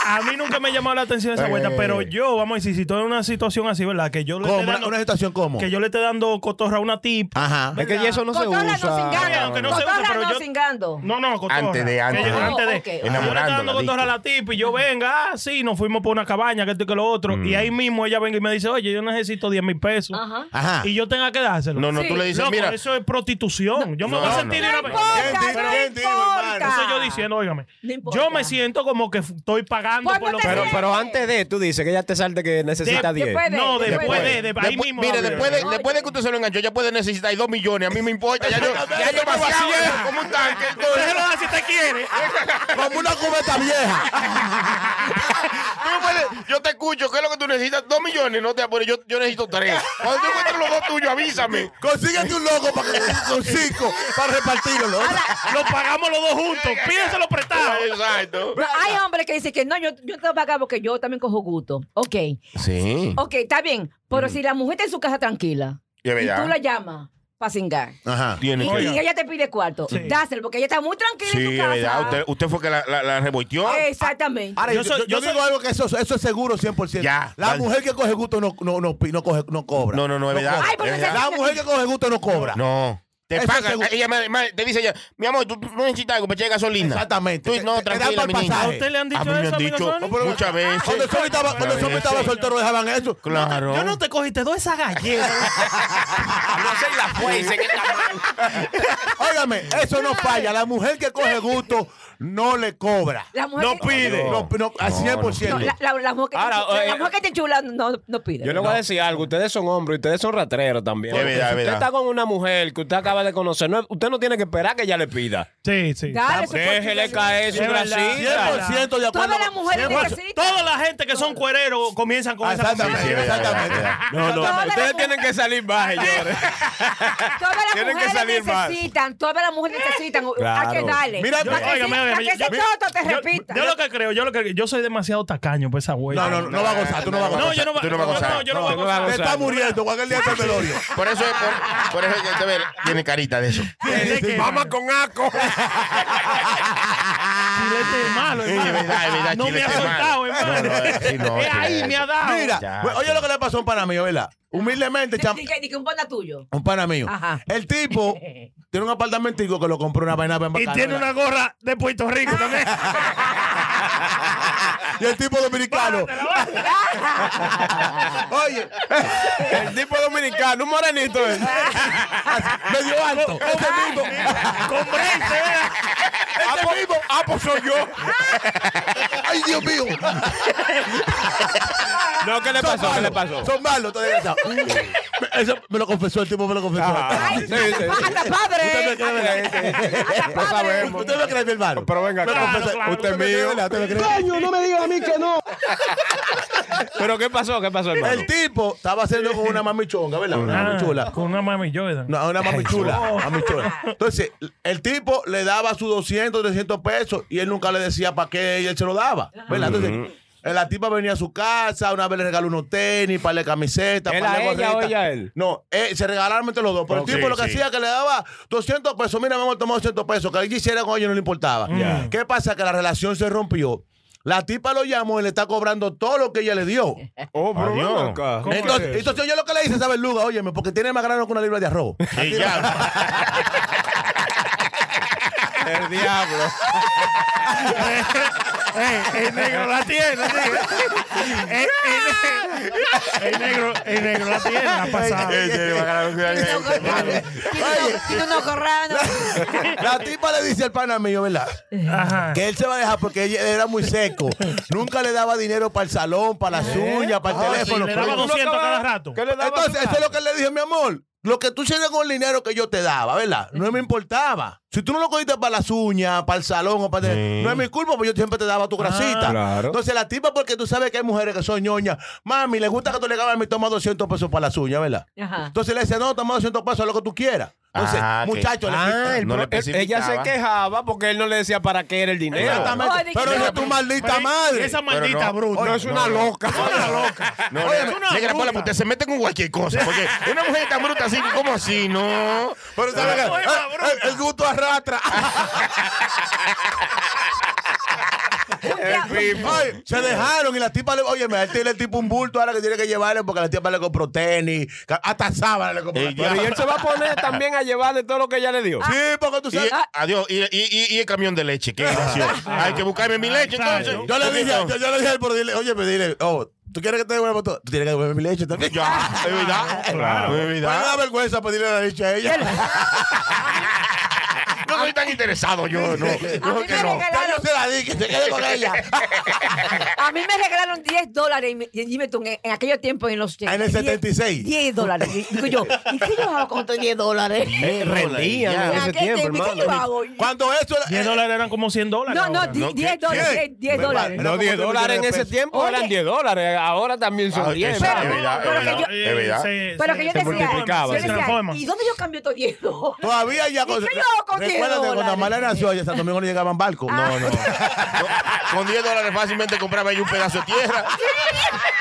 a mí nunca me ha llamado la atención esa vuelta, pero yo, vamos a decir, si estoy en una situación así, ¿verdad? Que yo le ¿Cómo? esté dando- ¿Una situación cómo? Que yo le esté dando cotorra a una tip. Ah. Ajá. Es que eso Cotorra no Oye, cingando. aunque no se use, Cotorra pero no yo- cingando. No, no, cotorra. Antes de, Que antes yo- de. antes de. Oh, ok. Yo le estaba Enamorándola, dando cotorra a la tip y yo venga, ah, sí, nos fuimos por una cabaña, que esto y que lo otro. Mm. Y ahí mismo ella venga y me dice, oye, yo necesito 10 mil pesos. Ajá. Ajá. Y yo tenga que dárselo. No, no, tú Sí. le dices, Loco, mira- Eso es prostitución. yo me No, voy a no. sentir una vez. importa, no importa. Eso yo diciendo, óigame. Ah, No importa. Yo me siento como que f- estoy pagando Pues por lo no te que. Pero, pero antes de, tú dices que ya te salte que necesita De- 10. después de- No, después después de- de- de- ahí pues, Después- mismo Mire, hablo. después de, después de que usted se lo enganchó, ya puede necesitar dos millones. A mí me importa. Ya yo, ya yo me vacié como un tanque. Déjelo así si usted quiere. Como una cubeta vieja. Tú me puedes- yo te escucho. ¿Qué es lo que tú necesitas? Dos millones. No te apures. Yo, yo necesito tres. Cuando tú encuentres los dos tuyos, avísame. Consíguete un loco para que con cinco para repartirlo. Lo pagamos los dos juntos. Pídeselo prestado. Ah, Exacto. No, hay hombres que dicen que no, yo, yo te voy a pagar porque yo también cojo gusto. Ok. Sí. Ok, está bien. Pero si la mujer está en su casa tranquila Mm. Pues Ya y verá. tú la llamas para cingar Ajá. Tiene y, que. y ella te pide cuarto, dáselo porque ella está muy tranquila Sí, en su es casa. Ah, verdad. Usted, usted fue que la, la, la revolteó. Exactamente. Ahora, yo, Yo soy- yo- yo yo digo algo que eso, eso es seguro 100%. Ya, la vale. mujer que coge gusto no, no, no, pi- no coge, no cobra. No, no, no, es verdad. cobra. Ay, pero Es verdad. la mujer que coge gusto no cobra. No. Te Eso paga. seguro. Ella me- me- te dice ella, mi amor, tú no necesitas algo para echar gasolina. Exactamente. Tú, no, Te- te dan tranquila, pa'l mi niña. pasaje. ¿A usted le han dicho A mí me eso, han amigo dicho Sony? muchas veces. Cuando Sony estaba, cuando Sony estaba soltero dejaban eso. Claro. Yo no te cogí, te doy esa galleta. No soy la fuerza que está mal. Óigame, eso no falla. La mujer que coge gusto no le cobra. La mujer que- No, no, al 100%. No, la, la- la mujer que Ahora, te, chula- eh, la mujer que te chula no, no pide. Yo le voy a decir algo, ustedes son hombres, ustedes son rateros también. Es Porque verdad, si es usted verdad. está con una mujer que usted acaba de conocer, no es- usted no tiene que esperar que ella le pida. Sí, sí. Dale, su Déjele oportunidad. caer su Es verdad. grasita. 100% de acuerdo. Todas las mujeres 100%. necesitan. Toda la gente que son cuereros comienzan con Ah, esa exactamente, conversación. exactamente. No, no, Todas ustedes las tienen que salir más, señores. Todas las Tienen que mujeres salir más. necesitan, todas las mujeres necesitan. Claro. Hay que darle. Mira, para Óigame, que, ese- óigame, para que yo- ese yo- toto te yo- repita. Yo lo que creo, yo lo que yo soy demasiado tacaño por esa vuelta. No, no, no va a gozar, tú no vas a No, gozar. yo no va- Tú no vas a no, gozar. no, yo Pues no voy a Tú no vas a gozar. Te gozar. está muriendo, cualquier día te velorio. Por eso, es- por, por eso, es que, ve, tiene carita de eso. Vamos con aco. Chilete es malo, Ah. Sí, hermano. es verdad, es verdad, No me chilete ha es malo. soltado, hermano. No, no, sí, no, Es ahí chilete. me ha dado. Mira, Ya, bueno, oye lo que le pasó a un pana mío, ¿verdad? Humildemente, cham- Ni que- ni que un pana tuyo. un pana mío. Ajá. El tipo tiene un apartamentico que lo compró una vaina bien Y bacana, tiene ¿verdad? una gorra de Puerto Rico también. Y el tipo dominicano. Oye, El tipo dominicano, un morenito. eh. medio alto. Ese mismo. Con brente, ¿verdad? Ah, pues, ah, pues soy yo. Ay, Dios mío. No, ¿qué le Son pasó? ¿Qué le malos, pasó? Son malos, estoy desgraciado. Me- Eso me lo confesó, el tipo me lo confesó. Ah, sí, sí. ¡Hasta Usted padre! me cree, ¿verdad? Lo sabemos. Usted me cree, mi hermano. Pero venga, Me claro, confesó. claro, Usted usted me cree, mío. ¿verdad? Usted me cree. no me digas a mí que no. Pero ¿qué pasó? ¿Qué pasó, hermano? El tipo estaba haciendo con una mamichonga, ¿verdad? Una Ah, mamichula. Con una mami Jordan. No, una mami chula, mami chula. Entonces, el tipo le daba sus 200, 300 pesos y él nunca le decía para qué ella se lo daba. ¿Verdad? Entonces, Eh, La tipa venía a su casa, una vez le regaló unos tenis, par de camisetas, ¿Él par de a ella o gorritas. ella a él? No, eh, se regalaron entre los dos. Pero Ok, el tipo lo que sí. hacía que le daba 200 pesos. Mira, vamos a tomar 200 pesos. Que él quisiera con ellos no le importaba. Ya. ¿Qué pasa? Que la relación se rompió. La tipa lo llamó y le está cobrando todo lo que ella le dio. Oh, pero Adiós. ven acá. ¿Cómo Entonces, es eso? entonces yo lo que le hice a esa verluga, óyeme, porque tiene más grano que una libra de arroz. El diablo. Eh, el negro la tiene. El, eh, negro, el negro la tiene. La pasada. Eh, Tiene unos corranos. La tipa le dice al pana mío, ¿verdad? Que él se va a dejar porque ella era muy seco. Nunca le daba dinero para el salón, para las uñas, para Ah, el sí, teléfono. le daba 200 cada rato. ¿Qué le daba Entonces, a tu eso es Ah, lo que le dije, mi amor. Lo que tú hicieras con el dinero que yo te daba, ¿verdad? No me importaba. Si tú no lo cogiste para las uñas, para el salón o para... No es mi culpa, porque yo siempre te daba Ah, tu grasita. claro. Entonces la tipa, porque tú sabes que hay mujeres que son ñoñas. Mami, le gusta que tú le hagas a mí, toma 200 pesos para las uñas, ¿verdad? Ajá. Entonces le dice, no, toma 200 pesos, lo que tú quieras. Entonces, Ah, que- muchachos, le- Ah, el no le pro- especificaba. Ella se quejaba porque él no le decía para qué era el dinero. Exactamente. Pero no es tu maldita madre. Esa Pero maldita no. bruta. No, es una loca. una loca. No, Oye, no, es una negra, bruta. Paula, usted se mete con cualquier cosa. Porque una mujer tan bruta así, ¿cómo así? No. Pero ¿sabe qué? Ah, Eh, eh, el, gusto arrastra. Ay, se dejaron y la tipa le. Oye, me tiene el tipo un bulto ahora que tiene que llevarle porque la tipa le compró tenis, ca- hasta sábana le compró. Ey, Pero y él se va a poner también a llevarle todo lo que ella le Ah. dio. Sí, porque tú Y, sabes. adiós. Y, y- y- y el camión de leche. Qué gracioso. Hay que buscarme mi leche, entonces. Yo le dije, yo, yo le dije, pero dile, oye, me dile, oh, ¿tú quieres que te devuelva todo? Tú tienes que devolverme mi leche también. Pues Ya, es verdad. Claro, es Me verdad. da vergüenza pedirle la leche a ella. No soy tan interesado yo, no. Yo A mí que me no. regalaron- Yo se la di, que se quede con ella. A mí me regalaron 10 dólares y me- y dime tú, en, en aquellos tiempos en los En el 76. 10 dólares. Y Digo yo, ¿y qué yo hago con estos 10 dólares? Eh, rendían Ah, Ya, en ese ¿qué te- tiempo, ¿qué hermano. yo hago? Cuando eso era. 10 dólares eran como 100 dólares. No, no, ahora. di- 10 dólares, 10 10 dólares. No, 10 dólares en ese tiempo Oye. eran 10 dólares. Ahora también son Ah, 10. exacto, es verdad, es verdad, es verdad. Pero que yo se decía, multiplicaba, yo se decía, transforma. ¿y dónde yo cambio estos 10 dólares? Todavía ya ¿Y qué con. yo hago con 10 Recuérdate, cuando dólares? Ah. Amalia nació, allá en Santo Domingo no llegaban barcos. No, no. Con 10 dólares fácilmente compraba yo un pedazo de tierra.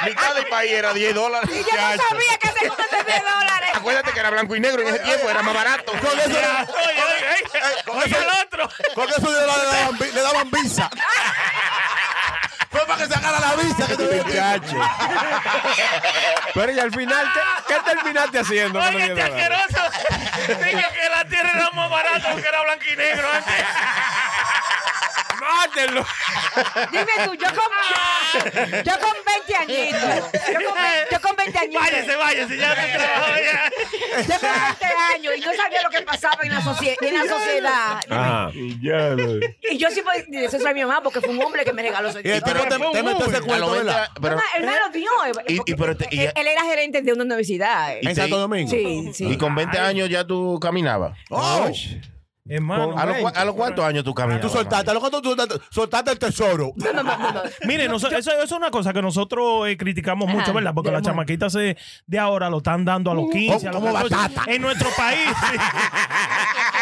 Mitad del país era 10 dólares. Y yo no sabía que se costaban 10 dólares. Acuérdate que era blanco y negro en ese tiempo, era más barato. Con eso, con eso- con eso le, daban- le daban, vi- le daban visa. Fue para que sacara la visa que te Muchacho. Pero y al final, ¿qué, qué terminaste haciendo? con los 10 Oiga, dólares? asqueroso. Dije que la tierra era más barata porque era blanco y negro ¿eh? antes. ¡Mátenlo! Dime tú, yo con, yo, yo con 20 añitos. Yo con, ve- yo con 20 añitos. Váyase, váyase, ya no trabajo ya. Yo con 20 años y no sabía lo que pasaba en la, socie- en la sociedad. Ajá. Eh, Y yo siempre eso es mi mamá porque fue un hombre que me regaló ese Y pero te, te metes ese cuento, ¿verdad? Pero, Mamá, él me lo dio. y, y, pero te- y- él, él era gerente de una universidad. eh. y te- En Santo Domingo. Sí, sí. y con 20 años ya tú caminabas. Oh, Hermano, ¿A los cua- a los cuántos años tú caminabas? tú soltaste, a lo mejor tú soltaste, soltaste el tesoro. Mire, noso- eso, eso es una cosa que nosotros eh, criticamos Ajá, mucho, ¿verdad? Porque del las amor. chamaquitas eh, de ahora lo están dando a los 15, a los como 14. batata. En nuestro país. sí.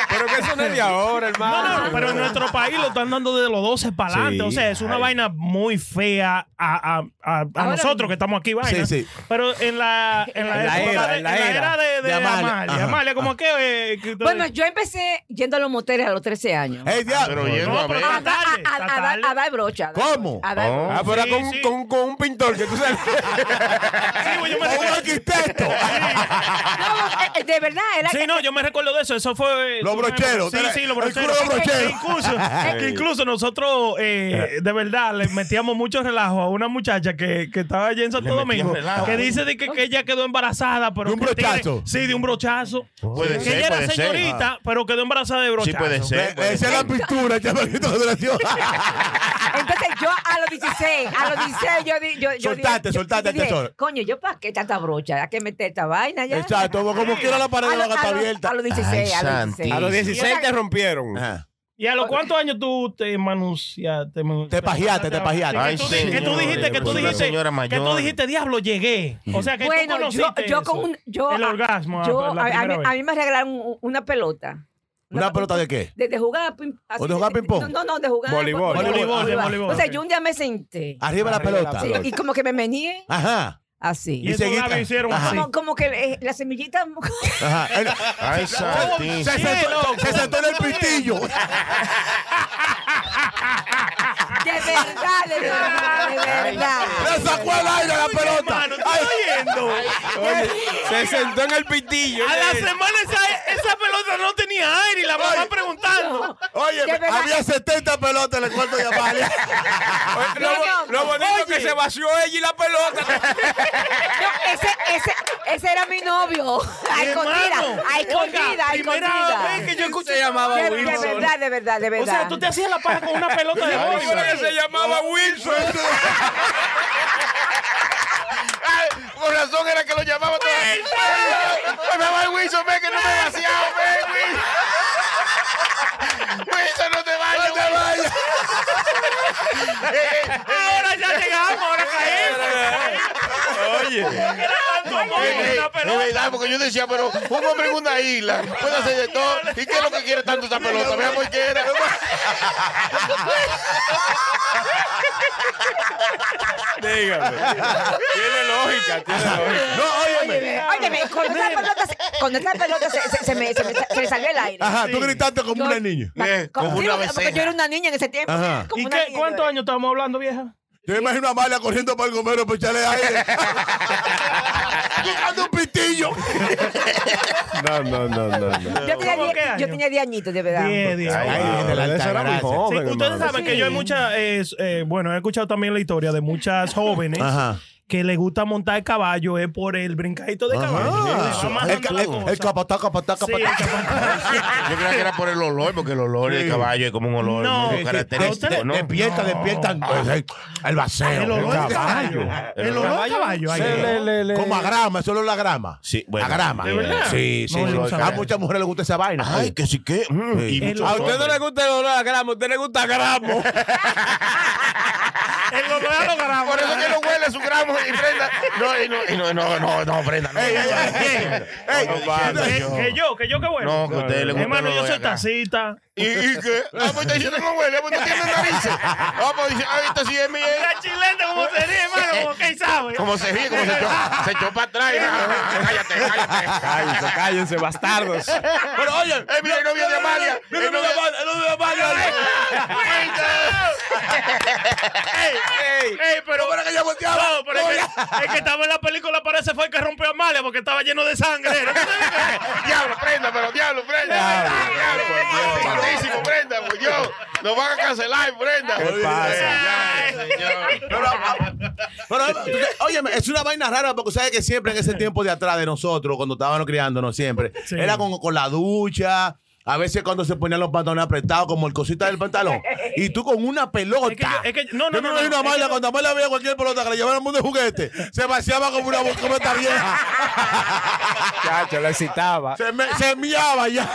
Pero que eso no es de ahora, hermano. No, no, pero en nuestro país lo están dando de los 12 para adelante. Ah. Sí, o sea, es una ay. vaina muy fea a, a- a- a nosotros que estamos aquí, vaina. Sí, sí. Pero en la, en la, En la época era, de- en la era. de, de De Amalia. Amalia. Ajá. Amalia, como que... eh, que ustedes- Bueno, yo empecé yendo a los moteles a los 13 años. Eh, Ey, diablo. Pero yendo a No, ver. pero- está A, a- tarde, a- está a- a- tarde. a dar brocha. a dar- ¿Cómo? A Oh. dar brocha. Ah, pero Sí, era con, sí. con- con un pintor que tú sabes. Sí, güey, yo me O un recuerdo- arquitecto. No, eh, eh, de verdad, era Sí, no, yo me recuerdo de eso. Eso fue. Los brocheros, Sí, era- sí, los el brocheros. culo de brochero. Incluso, que incluso nosotros, eh, de verdad, le metíamos mucho relajo a una muchacha que, que estaba allá en Santo Le metían Domingo. relajo. Que dice de que, que ella quedó embarazada. Pero De un que el tigre- brochazo. sí, de un brochazo. Puede que ser, ella era puede ser. señorita, pero quedó embarazada de brochazo. Sí, puede ser. Le- puede Esa ser. es la pintura, chamaquito de duración. Entonces yo a los 16, a los 16 yo di- yo, yo Soltate, dije- yo- soltate yo el dije, tesoro. Coño, yo para qué tanta brocha, hay que meter esta vaina ya. Exacto, como- como quiera la pared A de la lo- gata a lo- abierta. A los Ay, 16, a los 16. santísimo. A los 16 te rompieron. Ajá. ¿Y a los cuántos años tú te manunciaste? manu- Te pajeaste, te pajeaste. Que tú, Ay, di- que tú señor, dijiste, que tú una dijiste, señora que tú mayor. dijiste, diablo, llegué. O sea, que tú Bueno, yo, conociste yo con eso, un, yo, el orgasmo. ah, yo- la a, a mí, primera vez. a mí me regalaron u- una pelota. ¿Una pelota de qué? De, de jugar ping así, eh, ¿O de jugar ping-pong? No, no, no, de jugar. Voleibol. porque- Voleibol, de voleibol. O sea, yo un día me senté. Arriba la Arriba pelota. la Sí, pelota. y como que me meneé. Ajá. Así. Y, seguí. Ajá. Como, como que eh, la semillita. Ajá. Él- Ay, se, santísimo. se sentó, se sentó en el pistillo. De verdad, de verdad, de verdad. Le sacó el aire a la pelota. Ay, Se sentó en el pitillo. A la semana esa, esa pelota no tenía aire y la mamá preguntando. Oye, De verdad. había 70 pelotas en el cuarto de Amalia. Lo, bo- lo bonito que se vació ella y la pelota. No, ese, ese, ese era mi novio. A escondida, Hermano, a escondida, oiga, a primera escondida. vez que yo escuché- Se llamaba de, De Wilson. verdad, de verdad, de verdad. O sea, tú te hacías la paja con una pelota de Ay, voleibol. que se llamaba Wilson. Ay, Por razón era que lo llamaba todo. Ay, Me va el Wilson, ve que no me he vaciado, ve, Wilson. Wilson, no te vayas. No te vayas. Ahora ya llegamos, ahora caemos. Oye. Era tanto amor, Eh, eh, una Es verdad, porque yo decía, pero un hombre en una isla puede hacer de todo. ¿Y qué es lo que quiere tanto esa pelota? Vea por qué era. Dígame. Tiene lógica, tiene lógica. No, óyeme. Óyeme, cuando esa pelota, se, cuando esa pelota se, se, se me, se, me, se me salió el aire. Ajá, tú gritaste como una niña. Sí, porque- porque yo era una niña en ese tiempo. Ajá. Como ¿Y una qué, niña. cuántos años estamos hablando, vieja? Yo imagino a Amalia corriendo para el gomero para echarle aire. Llegando un pistillo. No, no, no, no. no. Yo tenía, ¿Cómo diez- qué año? yo tenía 10 añitos, de verdad. Diez, diez. Ay, Ay, wow. de la Eso era muy Altagracia. joven, Sí, ustedes hermano. saben que yo he muchas, eh, eh, bueno, he escuchado también la historia de muchas jóvenes Ajá. que les gusta montar caballo es por el brincadito de caballo. Le va el, amarrando ca- la el, cosa. el capatá, capatá, Sí, capatá. Yo creía que era por el olor, porque el olor del caballo es como un olor No, muy sí, sí. característico, ¿no? Despierta, despierta. El vaceo. El olor de caballo. El olor de caballo. ahí. Como a grama, solo la grama. Sí, bueno. a grama. ¿De verdad? Sí, sí. No, sí. yo no sabía. a muchas mujeres les gusta esa vaina. Ay, que sí que. mm, Sí. y muchos A usted no hombres. le gusta el olor a gramo, a usted le gusta gramo. El olor a los gramos. Por eso que no huele su gramo y prenda. No, y no, y no, no, no, no, prenda. No, Ey, ey, ey, ey. Ey, No, vale, Que, yo. que yo, que yo que bueno. No, que a usted le gusta Hermano, el yo olor soy de acá. tacita. ¿Y, y qué? Ah, pues está diciendo que no huele, pues no tiene narices. Ah, pues dice, ah, esta sí es mía. La chilena como se ríe, hermano, como que sabe. Como se ríe, como se echó, se echó para atrás. Ah, Cállate, cállate. Cállense, cállense, bastardos. Pero oye, Eh, mira el novio de Amalia. mira, El mira, novio- Amalia, mira, Amalia. Ey, ey, pero. ¿Cómo era que yo volteaba? No, pero es que, es que estaba en la película, parece fue el que rompió a Amalia porque estaba lleno de sangre. Diablo, prenda, pero diablo, prenda. Diablo, santísimo, prenda, por Dios. Nos van a cancelar, prenda. ¿Qué pasa? Ay, señor. Pero, oye, es una vaina rara porque sabes que siempre en ese tiempo de atrás de nosotros, cuando estábamos criándonos siempre, Sí. era con, con la ducha. A veces cuando se ponían los pantalones apretados, como el cosita del pantalón. Y tú con una pelota. Es que yo- es que- no, no, Yo me no, imagino no, a es que Mayla, yo- cuando Mayla veía cualquier pelota que le llevaban al mundo de juguete, se vaciaba como una bocometa vieja. Chacho, lo excitaba. Se, me, se miaba ya.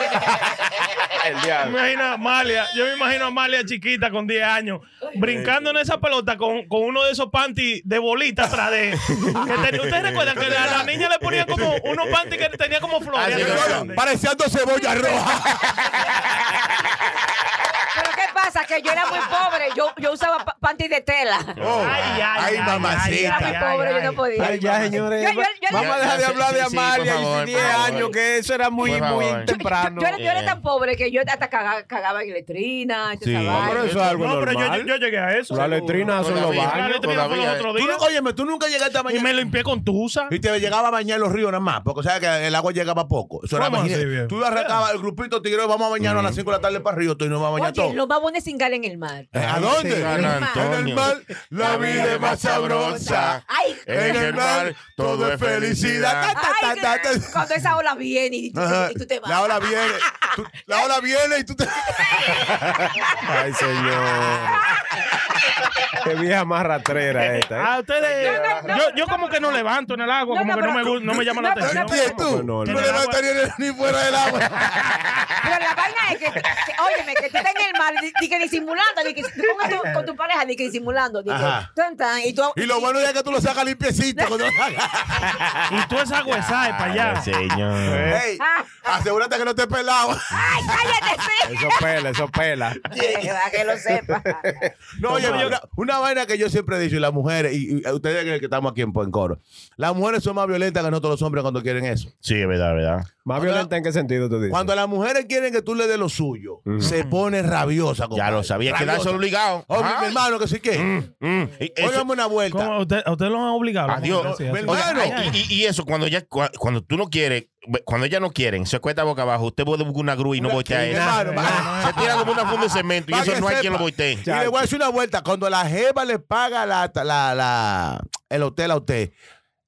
El Me diablo. imagino a Amalia, yo me imagino a Amalia chiquita con 10 años, brincando en esa pelota con, con uno de esos panties de bolita atrás de. que tenía- Ustedes recuerdan que a la niña le ponían como unos panties que tenía como flores. Ah, sí, ¿no? sí, Bueno, Parecían dos cebollas rojas. Pero ¿qué pasa? Que yo era muy pobre. Yo, yo usaba pa- panties de tela. Ay, ay, Ay, ay, mamacita. Era muy pobre, yo no podía. Ay, ya, señores. Yo- yo- yo- Vamos a dejar de Sí, hablar de sí, sí, Amalia por favor, y 10 por favor. años, que eso era muy, Por favor. muy Yo- yo- temprano. Yo, era, yo era tan pobre que yo hasta cagaba, cagaba en letrina. y toda Sí. esa vaina. Pero eso es algo No, pero yo, normal. yo llegué a eso. Las letrinas son los Todavía. La baños. Claro. letrina fue los todavía. otros Tú días. nunca- óyeme, tú nunca llegaste a Y me bañar. limpié con tusa. Y te llegaba a bañar los ríos nada más, porque sabes que el agua llegaba poco. Eso era ¿Cómo así, imagínate, viejo? Tú arrancabas el grupito tigre, vamos a bañarnos a las 5 de la tarde para el río, tú y nos vamos a bañar Oye, todos. los babones sin gala en el mar. Eh, ¿A dónde? San En Antonio. el mar, la vida es más sabrosa. Ay, En el mar, todo es felicidad. Ta, ta, ay, ta, ta, ta. cuando esa ola viene y tú, Ajá. y tú te vas. La ola viene. tú- la ola viene y tú te. Ay, señor. Qué vieja más rastrera esta. ¿eh? A Ah, ustedes. No, no, no, yo, yo como que no levanto en el agua, No, como no, que no me, pero- gu- no me llama la no, pero- ¿Quién atención. tú? No, no, no. Tú no levantarías ni fuera del agua. Pero la vaina es que, que óyeme, que tú estás en el mar, di, di que disimulando, di que tú con tu, con tu pareja, di que disimulando, di que, Ajá. tan, tan, y tú... Y lo bueno es que tú lo sacas limpiecito. cuando lo sacas. y tú esa huesaje para pues, allá. Eh. Señor. Ey, asegúrate que no estés pelado. ¡Ay, cállate! Eso pela, eso pela. Para que lo sepa. No, oye, una, una vaina que yo siempre he dicho, y las mujeres, y, y ustedes que- que estamos aquí en, en coro, las mujeres son más violentas que nosotros los hombres cuando quieren eso. Sí, es verdad, es verdad. ¿Más violenta en qué sentido tú dices? Cuando las mujeres quieren que tú le des lo suyo, se pone rabiosa. Ya lo sabía, que Rabiosa. darse obligado. Oh, mi, Ay. mi hermano, que sí que. Mm. Óigame una vuelta. ¿Cómo? ¿A usted, a usted lo han obligado? Adiós. Sí, así. Oiga, ay, y, y- y eso, cuando ya, cua- cuando tú no quieres, cuando ellas no quieren, se cuesta boca abajo, usted puede buscar una grúa y no voltea Sí, a hermano, eso. Ah, va. Se tira como una funda de cemento y Pa' eso que no hay sepa. quien lo voltee. Y le voy a decir una vuelta. Cuando la jeva le paga la, la, la- el hotel a usted,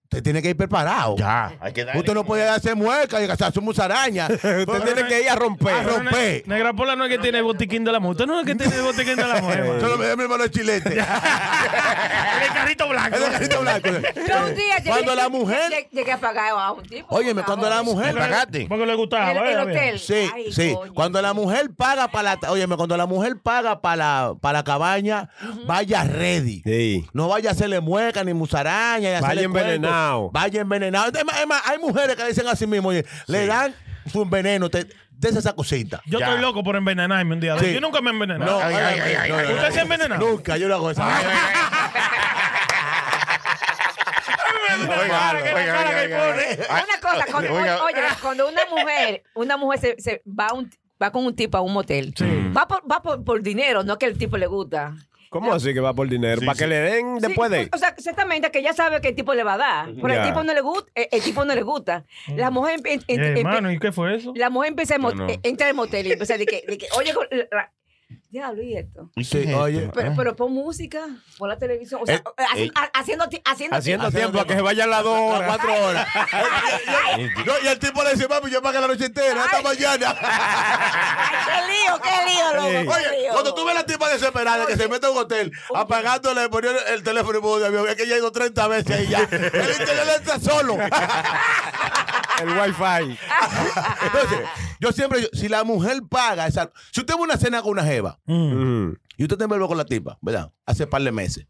usted tiene que ir preparado. Ya, hay que darle. Usted no puede darse mueca y gastarse musaraña. usted tiene que ir a romper. A Pero romper. ne- Negra Pola no es que tiene el botiquín de la mujer. Usted no es que tiene el botiquín de la mujer. Yo lo- mi hermano es chilete. el carrito blanco. Es de carrito blanco. Pero un día llegué- Cuando la mujer- lleg- Llegué a pagar a un tipo. Óyeme, cuando la mujer. Ah, ¿Le pagaste? Porque le gustaba, El- el eh, a ver. hotel. Sí, Ay, sí. coño. Cuando la mujer paga para la. Óyeme, cuando la mujer paga para la, para la cabaña, vaya ready. No vaya a hacerle mueca ni musaraña. ni Vaya hacerle cuento. envenenado. Vaya envenenado. Es más, es más, hay mujeres que dicen así mismo, oye, le dan su veneno, te, des esa cosita. Yo estoy loco por envenenarme un día. de- Sí. Yo nunca me he envenenado. No, Ay, ay, ay, ay, ay, ¿Usted ay, se ha envenenado? Nunca, yo lo hago esa. Una cosa, cuando, oye, cuando una mujer, una mujer se, se va a un- va con un tipo a un motel, va, por, va por, por dinero, no que el tipo le gusta. ¿Cómo así que va por dinero? Sí, ¿Para sí. que le den Sí, después de? O sea, exactamente, que ya sabe que el tipo le va a dar. Pero Ya. el tipo no le gusta, el, el tipo no le gusta. La mujer empie- Eh, em- em- hermano, ¿y qué fue eso? la mujer empieza a mo- No, no. eh, entra al motel y empieza de que, de que oye, con la- la- diablo, y esto. Sí, oye. Pero, pero pon música, pon la televisión, o sea, Eh, haci- eh. ha- haciendo, ti- haciendo, Haciendo tiempo a que se vayan las dos horas. Cuatro horas. Yo- y el tipo le dice, papi, yo pagué la noche entera, hasta mañana. ¡Qué lío, qué lío, loco! qué Oye, lío. cuando tú ves la tipa desesperada que se mete a un hotel, apagándole, poniendo el teléfono en modo de avión, es que ya ha ido 30 veces y ya. El internet está solo. El wifi. Entonces, yo siempre, yo- si la mujer paga, esa- si usted va a una cena con una jeva Mm. y usted te envuelve con la tipa, ¿verdad? Hace par de meses.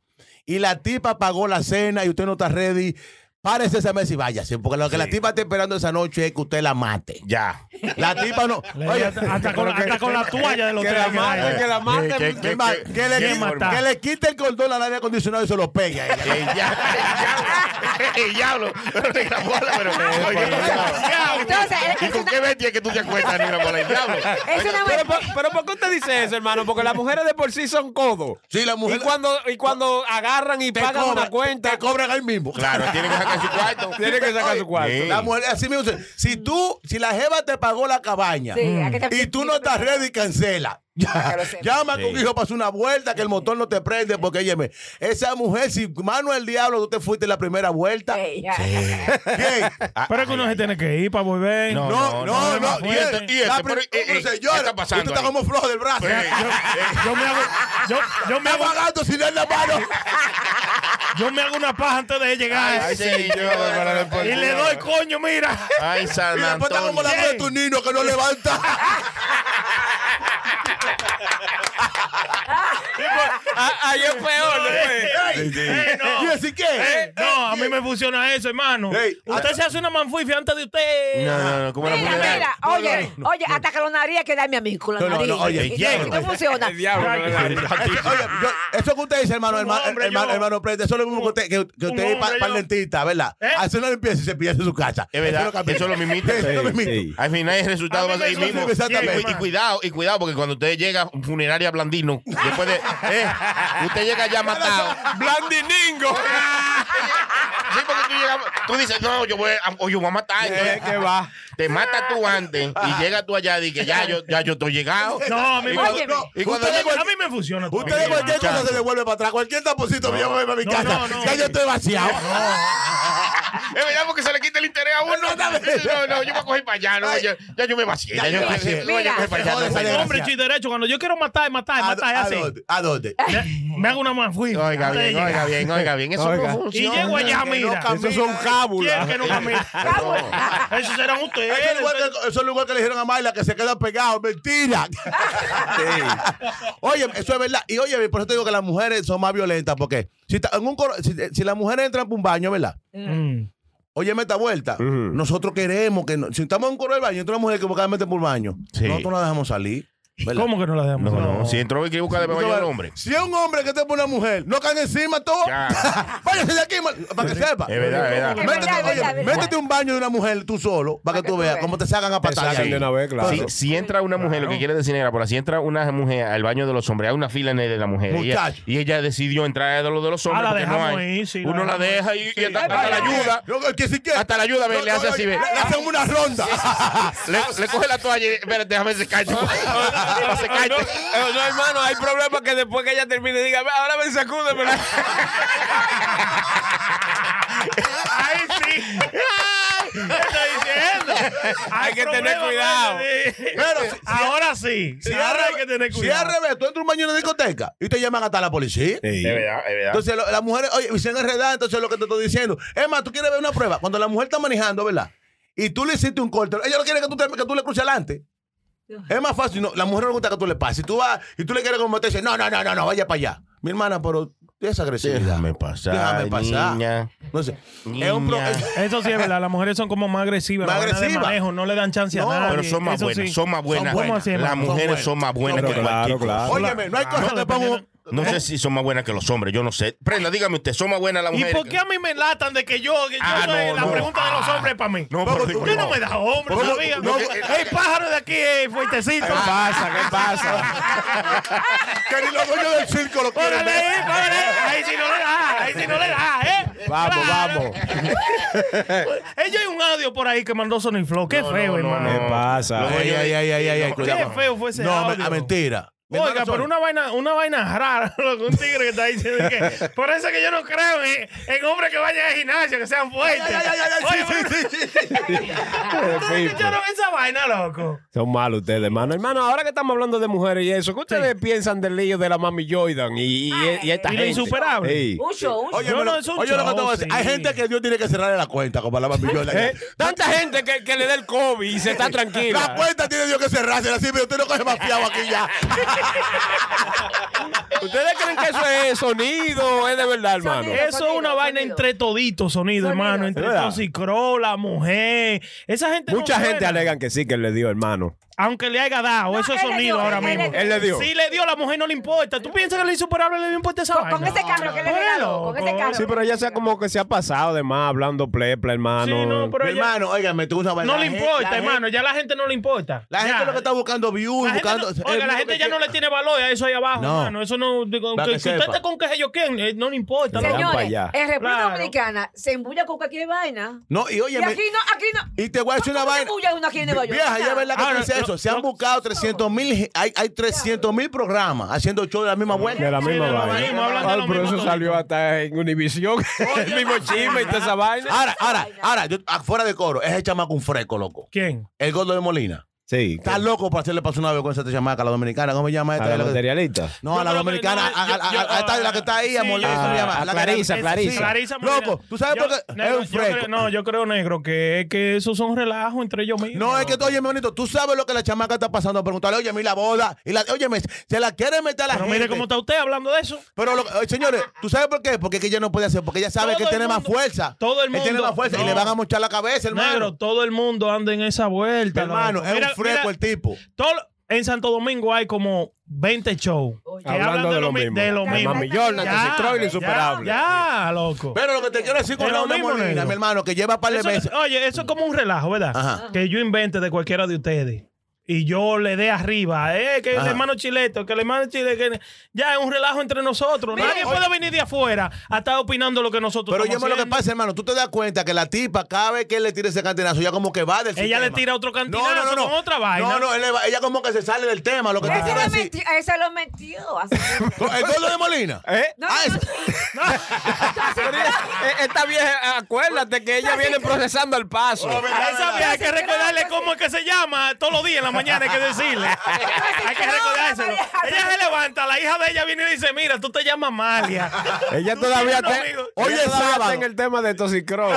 Y la tipa pagó la cena y usted no está ready. Párese esa mesa y váyase, porque lo que la tipa está esperando esa noche es que usted la mate. Ya. La tipa no. eh, Le- hasta- hasta con- pero que- hasta con la toalla del que hotel la que mate, hay. Eh, que la mate, Que- que- es más, que- que le que quite- matar. que le quite el cordón al aire acondicionado y se lo pegue. a ella. El diablo. Negra bola, pero. oye, Entonces, ¿Y con qué bestia es que tú te acuestas, negra bola? El diablo. Es una Pero, por- pero ¿por qué usted dice eso, hermano? Porque las mujeres de por sí son codos. Sí, la mujer- Y cuando, y cuando agarran y Te pagan cobra- una cuenta. Te cobran ahí mismo. Claro, tiene que sacar su cuarto. Tiene que sacar Oye, su cuarto. Sí. La mujer, así mismo, si tú, si la jeva te pagó la cabaña Sí, hay que y te- tú no estás ready, cancela. Para que lo sepa. Llama Sí. con hijo para hacer una vuelta que el motor no te prende porque, óyeme, esa mujer, si mano el diablo, tú te fuiste la primera vuelta. Ey, ya. ¿Quién? Pero es que uno se tiene que ir para volver. No, No, no, no. Y este, y este, La pero, pri- eh, eh, señora, ¿qué está pasando? Usted está ahí? como flojo del brazo. Yo me hago, yo, yo me Está hago, pagando sin dar la mano. yo me hago una paja antes de llegar. Ay, señor, pero después- y le doy coño, mira. Ay, Y San después está como la Antonio. mujer de tu niño que no levanta. Ah, Ahí es peor, Sí, sí. Eh, no. ¿Y así qué? Eh, no, a mí me funciona eso, hermano. Ey, usted se hace una manfufia antes de usted. ah. No, no, no, como la pues, Mira, mujer. mira, oye, oye, hasta que la nariz hay que darme a mí con la No, no, no, nariz. oye, Y ya, no- y no funciona. Eso, oye, yo- eso que usted dice, hermano, Un hermano, hombre, hermano, yo. hermano Prende, eso es lo mismo que usted, que, que Un usted ir para hombre, el yo. dentista, ¿verdad? ¿Eh? Hace una limpieza y se pide en su casa. Es verdad, que- eso es lo mismito. Eso es lo Sí, mismito. sí. Al final el resultado A va mí a ser el me mismo. sorprende, exactamente. Y, cu- y cuidado, y cuidado, porque cuando usted llega a funeraria Blandino, después de. eh, usted llega ya matado. ¡Blandiningo! Sí, porque tú llegas. Tú dices, no, yo voy a, o yo voy a matar. Eh, entonces, ¿Qué va? Te matas tú antes y llegas tú allá y que ya yo, ya yo estoy llegado. No, a mí, Y me, cuando- Óyeme. no, y cuando Usted- llega- a mí me funciona. todo. Usted de cualquier cosa se devuelve para atrás. Cualquier taponcito me llama a mi No, casa. no, no. ya yo estoy vaciado. Es verdad, porque se le quita el interés a uno. No, no, yo voy a coger para allá. No, Ay. ya, ya yo me vacié. Ya, yo me vacié. No, yo voy a coger para allá. Mira. no, Soy no. hombre hecho y derecho. Cuando yo quiero matar, matar, ¿A, matar, es a así. dónde? ¿A dónde? Me, me hago una manfufia. Oiga antes de bien, llegar. oiga bien, oiga bien. Eso Oiga. no Y funciona. llego allá, Que no mira. camina. Esos son ¿Quién cábulas. que no camina? Esos serán ustedes. Eso es igual que- eso es lo igual que le dijeron a Mayla que se queda pegado. Mentira. Oye, eso es verdad. Y oye, por eso te digo que las mujeres son más violentas, porque si, está- en un coro- si, si las mujeres entran por un baño, ¿verdad? Mm. Mm. Óyeme esta vuelta. Nosotros queremos que. no- si estamos en un coro del baño, entra una mujer equivocadamente por un baño. Nosotros no la dejamos salir. ¿verdad? ¿Cómo que no la dejamos? No, no, si entró equivocada, me bañó el hombre. Si es un hombre que te pone una mujer, no caen encima todo. Váyase de aquí, mal- para que sepa. Es verdad, es verdad. Métete, Es verdad, es oye, verdad, es verdad. métete un baño de una mujer tú solo, para que tú veas cómo te sacan a patadas. Sí. Si, si entra una mujer, lo que quiere decir era, por así entra una mujer al baño de los hombres, hay una fila en el de la mujer. Y ella, Muchacho. y ella decidió entrar a lo de los hombres. Ah, la porque no dejamos hay. ahí, sí, la Uno la dejamos deja ahí. y, y Sí. hasta, Ay, hasta ay, la ay. ayuda. Hasta la ayuda ve, No, le hace no, así. oye, ve. Le hacen una ronda. Le, le coge la toalla y espérate, déjame secarte. Para secarte. No, no, hermano, hay problemas que después que ella termine diga, "Ve, ahora me sacude, pero... Ahí sí. Estoy diciendo. Hay que tener problema, cuidado. Manny. Pero si- ahora sí. Si ahora hay al que tener revés- si cuidado. al revés, tú entras un baño en una discoteca y te llaman hasta la policía. Es verdad, es verdad. Entonces, lo- las mujeres, oye, se han enredado, entonces lo que te estoy diciendo. Es más, tú quieres ver una prueba. Cuando la mujer está manejando, ¿verdad? Y tú le hiciste un corte, ella no quiere que tú, te- que tú le cruces adelante. Es más fácil, no, la mujer no le gusta que tú le pases. Si tú vas y tú le quieres como te dice, no, no, no, no, no, vaya para allá. Mi hermana, pero esa agresividad. Déjame pasar. Déjame pasar. niña. No sé. Es un pro- es- Eso sí es verdad, las mujeres son como más agresivas, Más más agresivas. agresivas. manejo, no le dan chance No, a nadie. pero son más Eso buenas, sí. son más buenas. ¿Cómo así, Las hermano? mujeres son más buenas que cualquier cosa. Óyeme, no hay cosa que pongo. No eh. sé si son más buenas que los hombres, yo no sé. Prenda, dígame usted, ¿son más buenas las ¿Y mujeres? por qué a mí me latan de que yo, que yo Ah, soy no, la no. pregunta de los hombres para mí? No, Porque pero- usted no no. me da hombre Porque- todavía. no, que- ¡Ey, pájaro de aquí, eh, ey, fuertecito! ¿Qué pasa? ¿Qué pasa? Que ni los dueños del circo lo quieren ¡Órale, eh, ver. órale! Ahí sí no le da, ahí sí no le da, ¿eh? Vamos, Claro. vamos. Ella Eh, hay un audio por ahí que mandó Sony Flow. Qué feo, hermano. ¿Qué pasa? Ay, ay, ay, ay, ay, ay, cuidado. Qué feo fue ese No, me- ah, audio. a mentira. Mi Oiga, hermano pero Sony. una vaina, una vaina rara, loco, un tigre que está diciendo que por eso es que yo no creo en, en hombres que vayan al gimnasio, que sean fuertes. Ay, ay, ay, ay, Oye, sí, pero- Qué ¿Ustedes escucharon esa vaina, loco? Son malos ustedes, hermano. Hermano, ahora que estamos hablando de mujeres y eso, ¿qué ustedes piensan del lío de la mami Jordan y, y, y esta Ah, Y la gente? insuperable. Sí. Un show, un show. Oye, No, pero- no, es un oye, lo que show, te voy a decir. sí. Hay gente que Dios tiene que cerrarle la cuenta, como la mamillona. ¿Eh? Tanta gente que, que le da el COVID y se está tranquila. La cuenta tiene Dios que cerrarse, así, pero usted no coge más fiado aquí ya. ¿Ustedes creen que eso es sonido o es de verdad, hermano? Eso es una vaina entre toditos, sonido, hermano. Entre ¿Verdad? Tosicro, la mujer. Esa gente. no Mucha gente suena. alegan que sí, que le dio, hermano. Aunque le haya dado, eso es él le sonido dio, ahora él mismo. le dio. Él le dio. Sí, le dio, la mujer no le importa. ¿Tú piensas que el insuperable le importa esa Con, vaina? pues. con ese carro que le regaló, con ese carro. Sí, pero ella sea como que se ha pasado de más hablando plepla, hermano. Sí, no, pero Mi ella- hermano, óigame, tú una vaina. No le La importa, gente- hermano. Ya la gente no le importa. La gente Ya. lo que está buscando views, La gente buscando. eh, no- oiga, la gente ya no le tiene valor a eso ahí abajo, No. hermano. Eso no. digo, Para que- que que usted sepa. está con que yo quién, eh, no le importa. Señores, no, pa' allá. En República Claro. Dominicana se embulla con cualquier vaina. No, y y óyeme. aquí no, aquí no. Pues, Y te voy a decir una ¿Cómo se vaina. embulla uno aquí en Nueva York? Vieja, ya es verdad que tú Ah, Ahora, dices lo- eso. Se han buscado 300 mil, hay, hay 300 mil programas haciendo show de la misma vuelta. De la Sí, misma de lo mismo, vaina. hablan de Ah, lo pero eso mismo todo. salió hasta en Univision. el mismo chisme y toda esa vaina. Ah, Ahora, ahora, ahora, yo, afuera de coro, es el chamaco un fresco, loco. ¿Quién? El gordo de Molina. Sí. Está loco para hacerle pasar una vergüenza a esta chamaca, a la dominicana. ¿Cómo se llama esta? A la La que- materialista. No, a la Yo creo que dominicana, no, a, a- yo- yo- a- a esta- la que está ahí, a Sí, Molina, yo- ¿cómo se llama? a La Ah, Clarisa, que- Clarisa. sí. Clarisa Moreno. Loco, ¿tú sabes Yo- por qué? negro, es un yo creo- fresco. no, yo creo, negro, que es que esos son relajos entre ellos mismos. No, es que, tú, oye, bonito, tú sabes lo que la chamaca está pasando. Preguntarle, oye, mi la boda. Y la, oye, se la quiere meter a la Pero gente. mire cómo está usted hablando de eso. Pero, lo- eh, señores, ¿tú sabes por qué? Porque es que ella no puede hacer, porque ella sabe Todo que el tiene más mundo- fuerza. todo el Él tiene mundo- más fuerza y no. le van a mochar la cabeza, hermano. Negro, todo el mundo anda en esa vuelta. hermano, loco. es Mira, un fresco mira, el tipo. todo lo- en Santo Domingo hay como 20 shows que hablan Hablando de de lo lo mi- mismo. de lo La mismo. Mami Jordan, Ya, Cicero y lo ya, insuperable. Ya, loco. Pero lo que te quiero decir con Es lo la mismo, Molina, negro. mi hermano, que lleva par de Eso- meses. oye, eso es como un relajo, ¿verdad? Ajá. Que yo invente de cualquiera de ustedes. Y yo le dé arriba, eh, que el Ajá. hermano chileto, que el hermano chile, que ya es un relajo entre nosotros. Nadie puede venir de afuera a estar opinando lo que nosotros Pero yo estamos me lo que haciendo. pasa, hermano, tú te das cuenta que la tipa, cada vez que él le tira ese cantinazo, ya como que va del Ella le sistema. tira otro cantinazo con otra vaina. No, no, él le va- ella como que se sale del tema, lo que te Ese quiero lo decir. metió, ese lo metió. así. El gordo de Molina. ¿Eh? No, Ah, no, ese- Esta vieja, acuérdate que ella viene procesando el paso. A esa vieja hay que recordarle cómo es que se llama todos los días en la mañana, hay que decirle. Hay que recordárselo. Ella se levanta, la hija de ella viene y dice, mira, tú te llamas Malia. Ella Tú todavía tienes un te- amigo. Hoy es sábado. en el tema de toxicromo.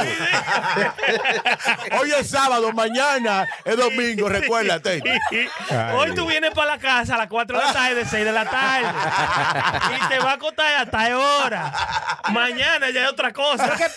Hoy es sábado, mañana es domingo, recuérdate. Hoy tú vienes para la casa a las 4 de la tarde, 6 de la tarde. Y te va a costar hasta de hora. Mañana ya hay otra cosa. Lo que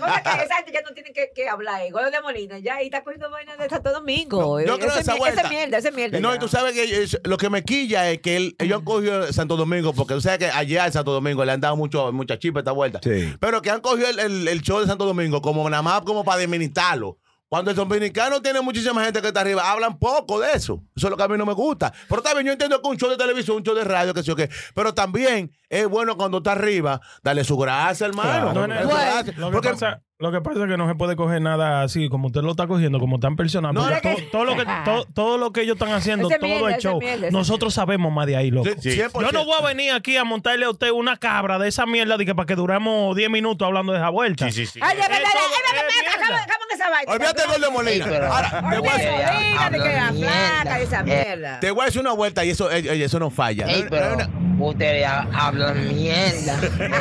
pasa es que esa gente ya no tiene que, que hablar. eh. Goyo de Molina, ya ahí está cogiendo vaina de Santo Domingo. eh. Yo creo Ese esa mi- vuelta. Ese mierda, ese mierda. No, ya. y tú sabes que eh, lo que me quilla es que él, ellos han cogido el Santo Domingo, porque tú sabes que allá en Santo Domingo le han dado mucho, mucha chipa esta vuelta. Pero que han cogido el, el- el show de Santo Domingo como nada más como para desminitarlo. Cuando el dominicano tiene muchísima gente que está arriba, hablan poco de eso. Eso es lo que a mí no me gusta. Pero también yo entiendo que un show de televisión, un show de radio, que sé yo qué. Pero también es bueno cuando está arriba, darle su gracia, hermano. Claro. Dale su gracia. Lo que, Porque- pasa, lo que pasa es que no se puede coger nada así, como usted lo está cogiendo, como tan personal. No, porque es to- que- todo, lo que, to- todo lo que ellos están haciendo, Ese todo mierda, es ese show. mierda, ese Nosotros sabemos más de ahí, loco. Sí, 100%. Yo no voy a venir aquí a montarle a usted una cabra de esa mierda de que para que duramos 10 minutos hablando de esa vuelta. Ay, es verdad, Eso- es verdad, es verdad, acaba- acaba con esa vaina. Olvídate del gol de Molina. Ahora, te voy a Olvídate decir- de que la flaca y esa mierda. Te voy a decir una vuelta y eso, eh, eh, eso no falla. Ey, pues. No, pero Ustedes ha- hablan mierda.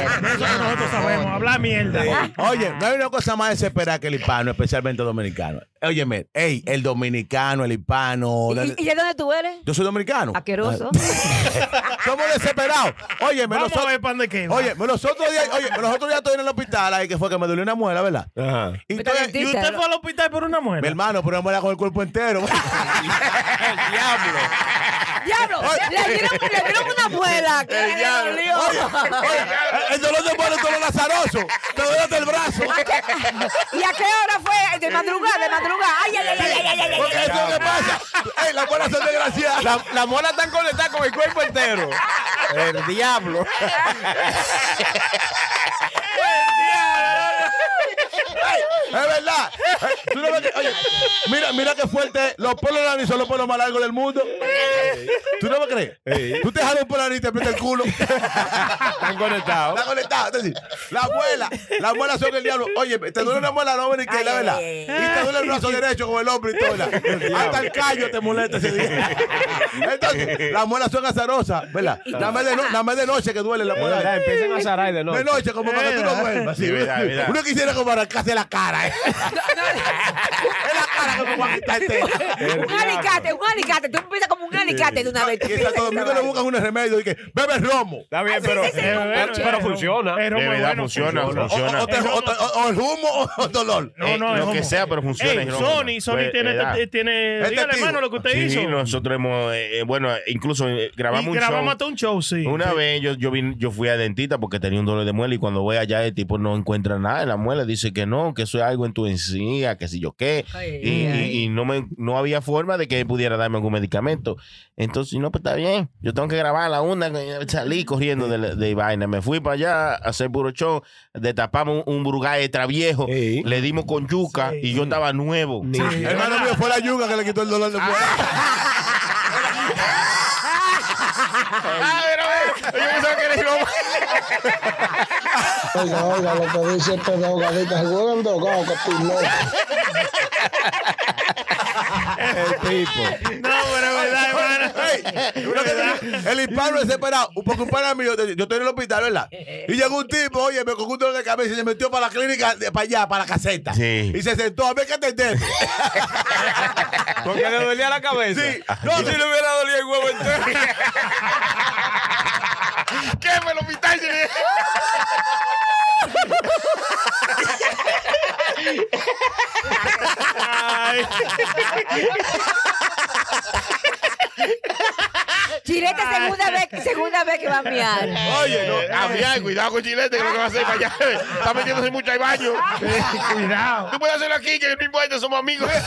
Nosotros sabemos, habla mierda. Sí. Oye, no hay una cosa más desesperada que el hispano, especialmente el dominicano. Óyeme, ey, el dominicano, el hispano. la- ¿Y, ¿Y de dónde tú eres? Yo soy dominicano. Asqueroso. Somos desesperados. Oye, me Vamos los, a ver pan de qué. va. oye, me los otros días, oye, me los otros días estoy en el hospital ahí que fue que me dolió una muela, ¿verdad? Y, estoy- ¿Y usted fue al hospital por una mujer? mi hermano, pero una muela con el cuerpo entero. ¡Diablo! Le dieron, le dieron una muela. que le dolió. el dolor de muela es un dolor lazaroso. Te duele hasta el brazo. ¿A qué- ¿Y a qué hora fue? Eh, De madrugada, de madrugada. Ay, ay, ay, ay, ay, ay, ay, Porque ay, eso es lo que pasa. Ey, las muelas son desgraciadas. La, la mola está conectada con el cuerpo entero. El diablo. Es verdad. Eh, tú no ves que- oye, mira, mira qué fuerte. Los pelos de la nariz son los pelos más largos del mundo. ¿Tú no me crees? Tú te jalas un pelo de la nariz y te aprieta el culo. Están conectados. Están conectados. Es decir, la abuela, la abuela son el diablo. Oye, te duele una abuela no ven que la verdad. Y te duele el brazo derecho con el hombre y todo. ¿verdad? Hasta el callo te molesta ese día. Entonces, las muelas son azarosas, ¿verdad? Nada más de, no- nada más de noche que duele la muela. ¿Verdad? Empiezan a zarar de noche. De noche, como para que tú no duermas. sí. Sí, verdad, verdad. Uno quisiera como arrancarse la cara, ¿eh? cara como para quitarte. Un alicate, un alicate. Tú empiezas como un alicate de una vez. tú Y en empiezas Santo esa Domingo le buscan un remedio y que bebe romo. Está bien, pero, pero, pero funciona. Pero De muy verdad, bueno, funciona, funciona. funciona. O, te- o te- o- o el humo o, o el dolor. No, no, es Eh, lo que como- sea, pero funciona. Ey, es broma. Sony, Sony Pues, tiene, este, edad. tiene Es dígale, testigo. hermano, lo que usted Sí, hizo. nosotros hemos, eh, eh, bueno, incluso eh, grabamos y un grabamos show. hasta un show, sí. Una vez yo, yo, vine- yo fui a dentista porque tenía un dolor de muela y cuando voy allá el tipo no encuentra nada en la muela. Dice que no, que eso es algo en tu encía, que si yo qué. Ay, y ay. y- y no, me, no había forma de que él pudiera darme algún medicamento. Entonces, no, pues está bien. Yo tengo que grabar a la una. Salí corriendo de, la- de vaina. Me fui para allá a hacer puro show. Destapamos un, un brugal traviejo. Le dimos con yuca y yo estaba nuevo. El hermano mío fue la yuca que le quitó el dolor de muela. Ah, Oiga, oiga, lo que dice este drogadito, seguro es un drogado que estoy loco. No, pero es verdad, hermano. Ey, una cosa, el hispano desesperado. Un poco un pana mío, yo estoy en el hospital, ¿verdad? Eh, Y llegó un tipo, oye, me cogió un dolor de cabeza y se metió para la clínica, de- para allá, para la caseta. Sí. Y se sentó, a ver qué atender. Porque le dolía la cabeza. Ah, No, si le hubiera dolido el huevo entero. ¿Qué me lo pintaste? Chirete, segunda vez, segunda vez que va a miar. Oye, Eh. no, a miar, cuidado con chilete, que lo que va a hacer para allá. Está metiéndose mucho al baño. Cuidado. Tú puedes hacerlo aquí, que no importa, somos amigos. ¿eh?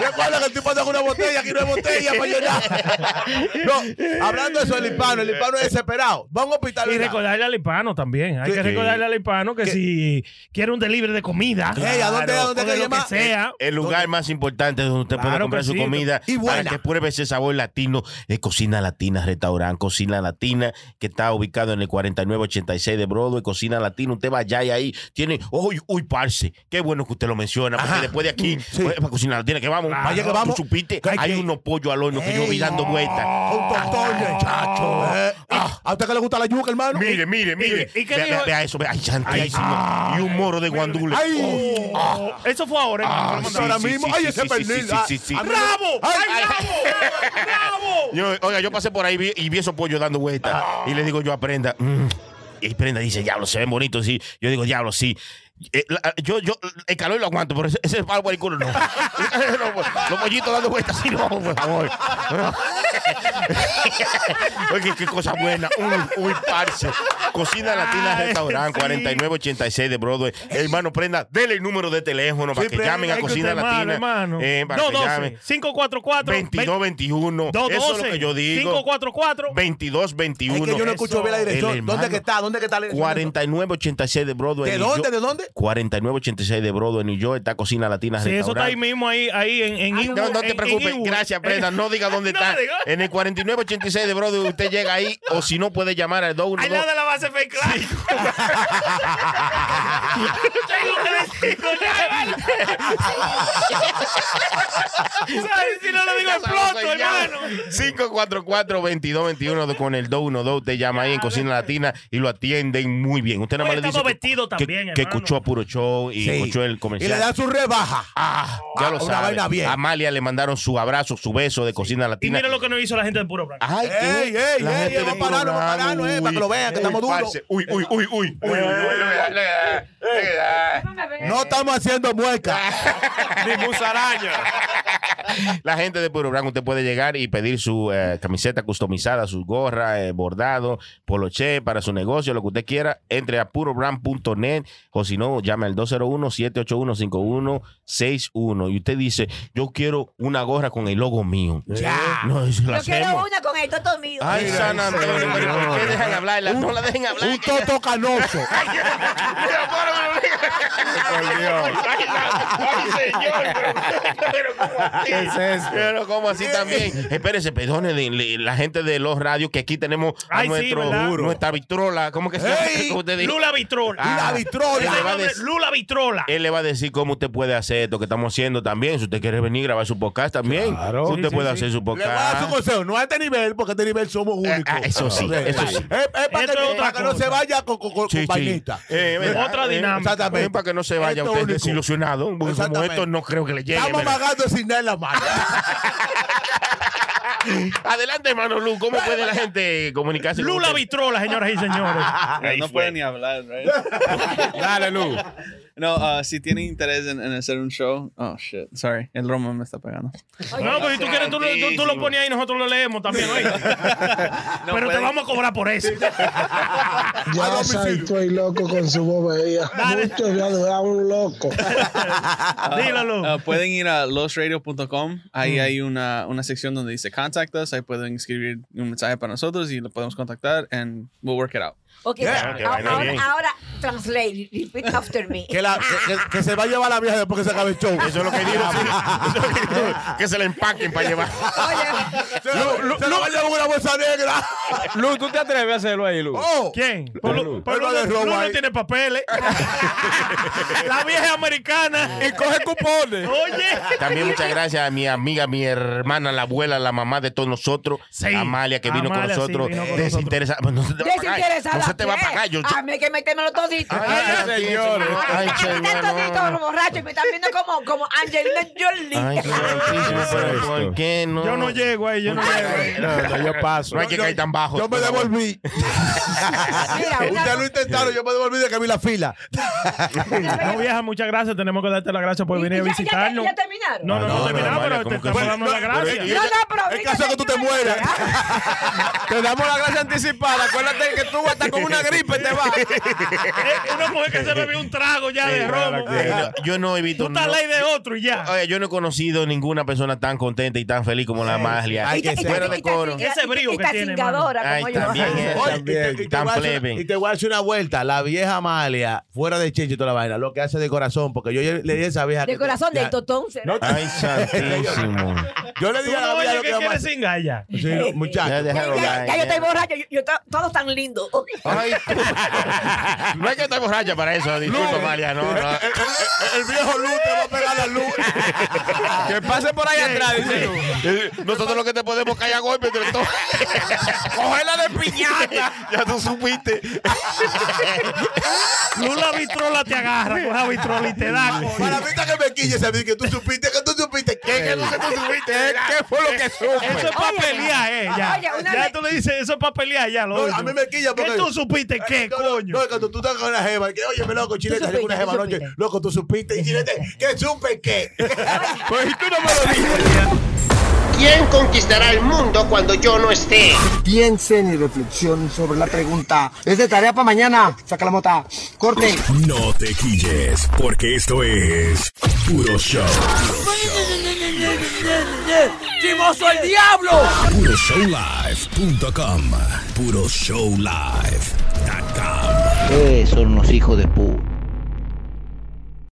Recuerda que el tipo anda con una botella, aquí no hay botella para llenar. No, hablando de eso, el hispano, el hispano es desesperado. Va a un hospital. Y ¿verdad? recordarle al hispano también. Hay Sí. que recordarle al hispano que si quiere un delivery de comida, Ey, ¿a dónde- a dónde o que de lo que llama? sea, El lugar más importante donde usted puede Claro comprar que su sí. comida Y buena. para que pruebe ese sabor latino de cocina latina, restaurante, restaurante Cocina Latina, que está ubicado en el 4986 de Broadway, Cocina Latina. Usted vaya y ahí tiene, uy, uy, parce, qué bueno que usted lo menciona, porque después de aquí, pues, para Cocina Latina, que vamos, Vaya que tú vamos. supiste, hay unos pollos al horno que yo vi dando vueltas. muchacho. eh. Ah, ¿A usted que le gusta la yuca, hermano? Mire, mire, mire. ¿Y qué Vea, dijo? vea, vea eso, vea. Ay, santo, ay, señor. y un moro de guandule. Ay. Eso fue ahora. eh, Ah, hermano. sí, Ahora sí, mismo. sí, Ay, sí, ese sí, pernil. sí, sí, sí, sí. Ah, ¡Bravo! Ay, ¡Ay, bravo! Yo, oiga, yo pasé por ahí vi- y vi esos pollos dando vueltas. Ah. Y le digo yo a Prenda. mm. Y Prenda dice, diablo, se ven bonitos. Sí. Yo digo, diablo, sí. Eh, la- yo, yo, el calor lo aguanto, pero ese, ese palo por el culo no. Los- los pollitos dando vueltas, sí, no, por favor. No. Oye, qué cosa buena. Uy, uy, parce. Cocina Latina Ay, Restaurant sí. 4986 de Broadway. Hermano, Prenda, dele el número de teléfono para Sí, que Prenda, llamen a es que Cocina usted es malo, Latina. hermano. eh, para No, que 12, llamen. 544 2221. Eso es lo que yo digo. 544 2221. Es que yo no escucho bien la dirección. ¿Dónde que está? ¿Dónde que está la dirección? 4986 de Broadway. ¿De New dónde? York. ¿De dónde? 4986 de Broadway, New York. Está Cocina Latina Sí, eso está ahí Restaurante. mismo, ahí, ahí en, en Inwood, No, no en- te en preocupes, Inwood. gracias, Brenda. No diga dónde No está. Eh, digo. En el 4986 de Broadway, usted llega ahí, o si no, puede llamar al 212. Al lado de la base fake class. ¿Sabes? Si no lo digo, exploto, hermano. 544-2221 con el 212. Usted llama ahí en Cocina Latina y lo atienden muy bien. Usted nada Hoy más le dice estamos que- vestidos que- también, que hermano. escuchó a Puro Show y Sí. escuchó el comercial. Y le dan su rebaja. Ah, ya lo una sabe. vaina bien. A Amalia le mandaron su abrazo, su beso de cocina Y latina. mira lo que nos hizo la gente de Puro Blanco. Ay, qué- Ey, ey, la ey, gente vamos de a pararnos, vamos a pararnos, eh, Uy, para que lo vean, que uy, estamos duros. parce. Uy, uy, uy, uy, uy, uy, uy, No estamos haciendo muecas. Ni musaraña. La gente de Puro Blanco, usted puede llegar y pedir su eh, camiseta customizada, su gorra, eh, bordado, poloche para su negocio, lo que usted quiera. Entre a purobrand.net o si no, llame al 201-781-5161. Y usted dice, yo quiero una gorra con el logo mío. Ya. No, eso lo Yo quiero hacemos. una con el toto mío. Ay, San Antonio, pero ¿por qué dejan hablarla? No la dejen hablar. Un toto canoso. ¿Qué es eso? Pero como así también. Espérese, perdone le- le- la gente de los radios que aquí tenemos a Ay, sí, nuestro, ¿verdad? nuestra vitrola. ¿Cómo que se llama? Ey, ¿Cómo usted dice? Lula Vitrola. Ah, él Ese le va a nombre, decir- Lula Vitrola. Él le va a decir cómo usted puede hacer esto que estamos haciendo también. Si usted quiere venir a grabar su podcast también, usted puede hacer su Le voy a dar su podcast. consejo, no a este nivel, porque a este nivel somos únicos. ah, eso sí, eso sí. Es, es para, que, Esto es no- otra para que no cosa. se vaya con, con, con- Sí, con sí. vainita. Eh, ¿verdad? Otra Eh, dinámica. Exactamente. Para que no se vaya Esto usted único. desilusionado. Porque como Exactamente. esto no creo que le llegue. Estamos ¿verdad? pagando sin dar la mano. Adelante, hermano Lu. ¿Cómo puede la gente comunicarse? con Lula usted? Vitrola, señoras y señores. Ahí no fue. puede ni hablar, right? Dale, Lu. No, ah, si tienen interés en, en hacer un show. Oh, shit. Sorry, el romo me está pegando. No, pues si tú quieres, tú, lo- tú- tú lo pones ahí y nosotros lo leemos también, oíste. Pero te pueden. vamos a cobrar por eso. Ya saltó el loco con su bobería. Mucho ya duraba un loco. Ah, Dígalo. ah, pueden ir a losradio.com. Ahí hay una, una sección donde dice contact us. Ahí pueden escribir un mensaje para nosotros y lo podemos contactar. And we'll work it out. Ok, Yeah, que ahora, baila ahora, bien. ahora, translate, repeat after me. Que, la, que, que- que se va a llevar la vieja después que se acabe el show. Eso es lo que digo. sí. Eso es lo que digo. Que se le empaquen para llevar. Se la- se la va a llevar una bolsa negra. Lu, ¿tú te atreves a hacerlo ahí, Lu? Oh, ¿Quién? Por Lu. lo- por Él va lo- de robo Lu no ahí. tiene papeles. La vieja es americana. Y coge cupones. Oye. También muchas gracias a mi amiga, mi hermana, la abuela, la mamá de todos nosotros. Sí. Amalia, que vino Amalia, con sí, nosotros. vino con Desinteresada. Pues No se te va a pagar. Desinteresada. No se te va a ¿qué? pagar. Yo, A mí hay que metérmelo todito. Ay, señor. Ay, Están señor. toditos los borrachos y me están viendo como, como Angelina Jolie. Ay, santísimo, pero ¿por qué no? Yo no llego ahí, yo no llego ahí. No, no, yo paso. No hay que caer tan bajo. Yo me devolví. Ustedes lo intentaron, yo me devolví de que vi la fila. No, vieja, muchas gracias. Tenemos que darte las gracias por venir Pues a Ya- ya- visitarnos. Ya, terminaron. No, no, no, No, no, terminamos, Amalia, pero ¿cómo te que estamos fue? dando las Pero- gracias. No, no, pero El caso es que tú te mueras. Te damos la gracia anticipada. Acuérdate que tú vas a estar con una gripe te va. una mujer que se bebió un trago ya de romo. Eh, yo, yo no he visto. Tú estás no- ley de otro y ya. Ah, Oye, yo no he conocido ninguna persona tan contenta y tan feliz como la Maglia. Hay que ser. fuera de coro. Ese brillo que tiene, cingadora Ay, como yo. también es. Oye, y te- y te Tan voy a hacer- plebe. Y te voy a hacer una vuelta. La vieja Amalia, fuera de chinche y toda la vaina, lo que hace de corazón, porque yo le dije a esa vieja. De que- corazón, ya- del totón. será. No, Ay, santísimo. Yo le dije a la vieja lo que que vamos a quieres hacer. sin galla. Sí, no, Ya muchachos. déjalo Ya, hablar, ya yo ya. Oh, estoy borracho, yo, yo to- todos tan lindos. Ay, no hay que estar borracha para eso, disculpa, María, no, no. El viejo Lu te va a pegar la luz. Que pase por ahí atrás, dice Lu. Nosotros lo que te podemos callar a golpe entre todos. Cógela de piñata. ya tú supiste. Lula vitrola te agarra, coge la vitrola y te da. coño. Para mí está que me quille, sabes que tú supiste, que tú supiste. ¿Qué? Que tú, que tú supiste. ¿Qué fue lo que Eso supe? es para Oye, pelear, eh. Ya, oye, una ya vez- tú le dices, eso es para pelear, ya lo No, oigo. a mí me quilla porque. Eh, ¿Qué tú supiste qué, No, no, coño? No, cuando tú estás con una jeva, que oye, me loco, chilete, supiste, salió una tú jeva anoche. supiste. Loco, tú supiste, y chilete, ¿qué supe qué? Pues y tú no me lo dijiste. ¿Quién conquistará el mundo cuando yo no esté? Piensen y reflexionen sobre la pregunta. Es de tarea para mañana. Saca la mota. Corte. No te quilles, porque esto es Puro Show. ¡Chimoso el diablo! PuroShowLive.com Puro Show Live. Eh, son los hijos de pu.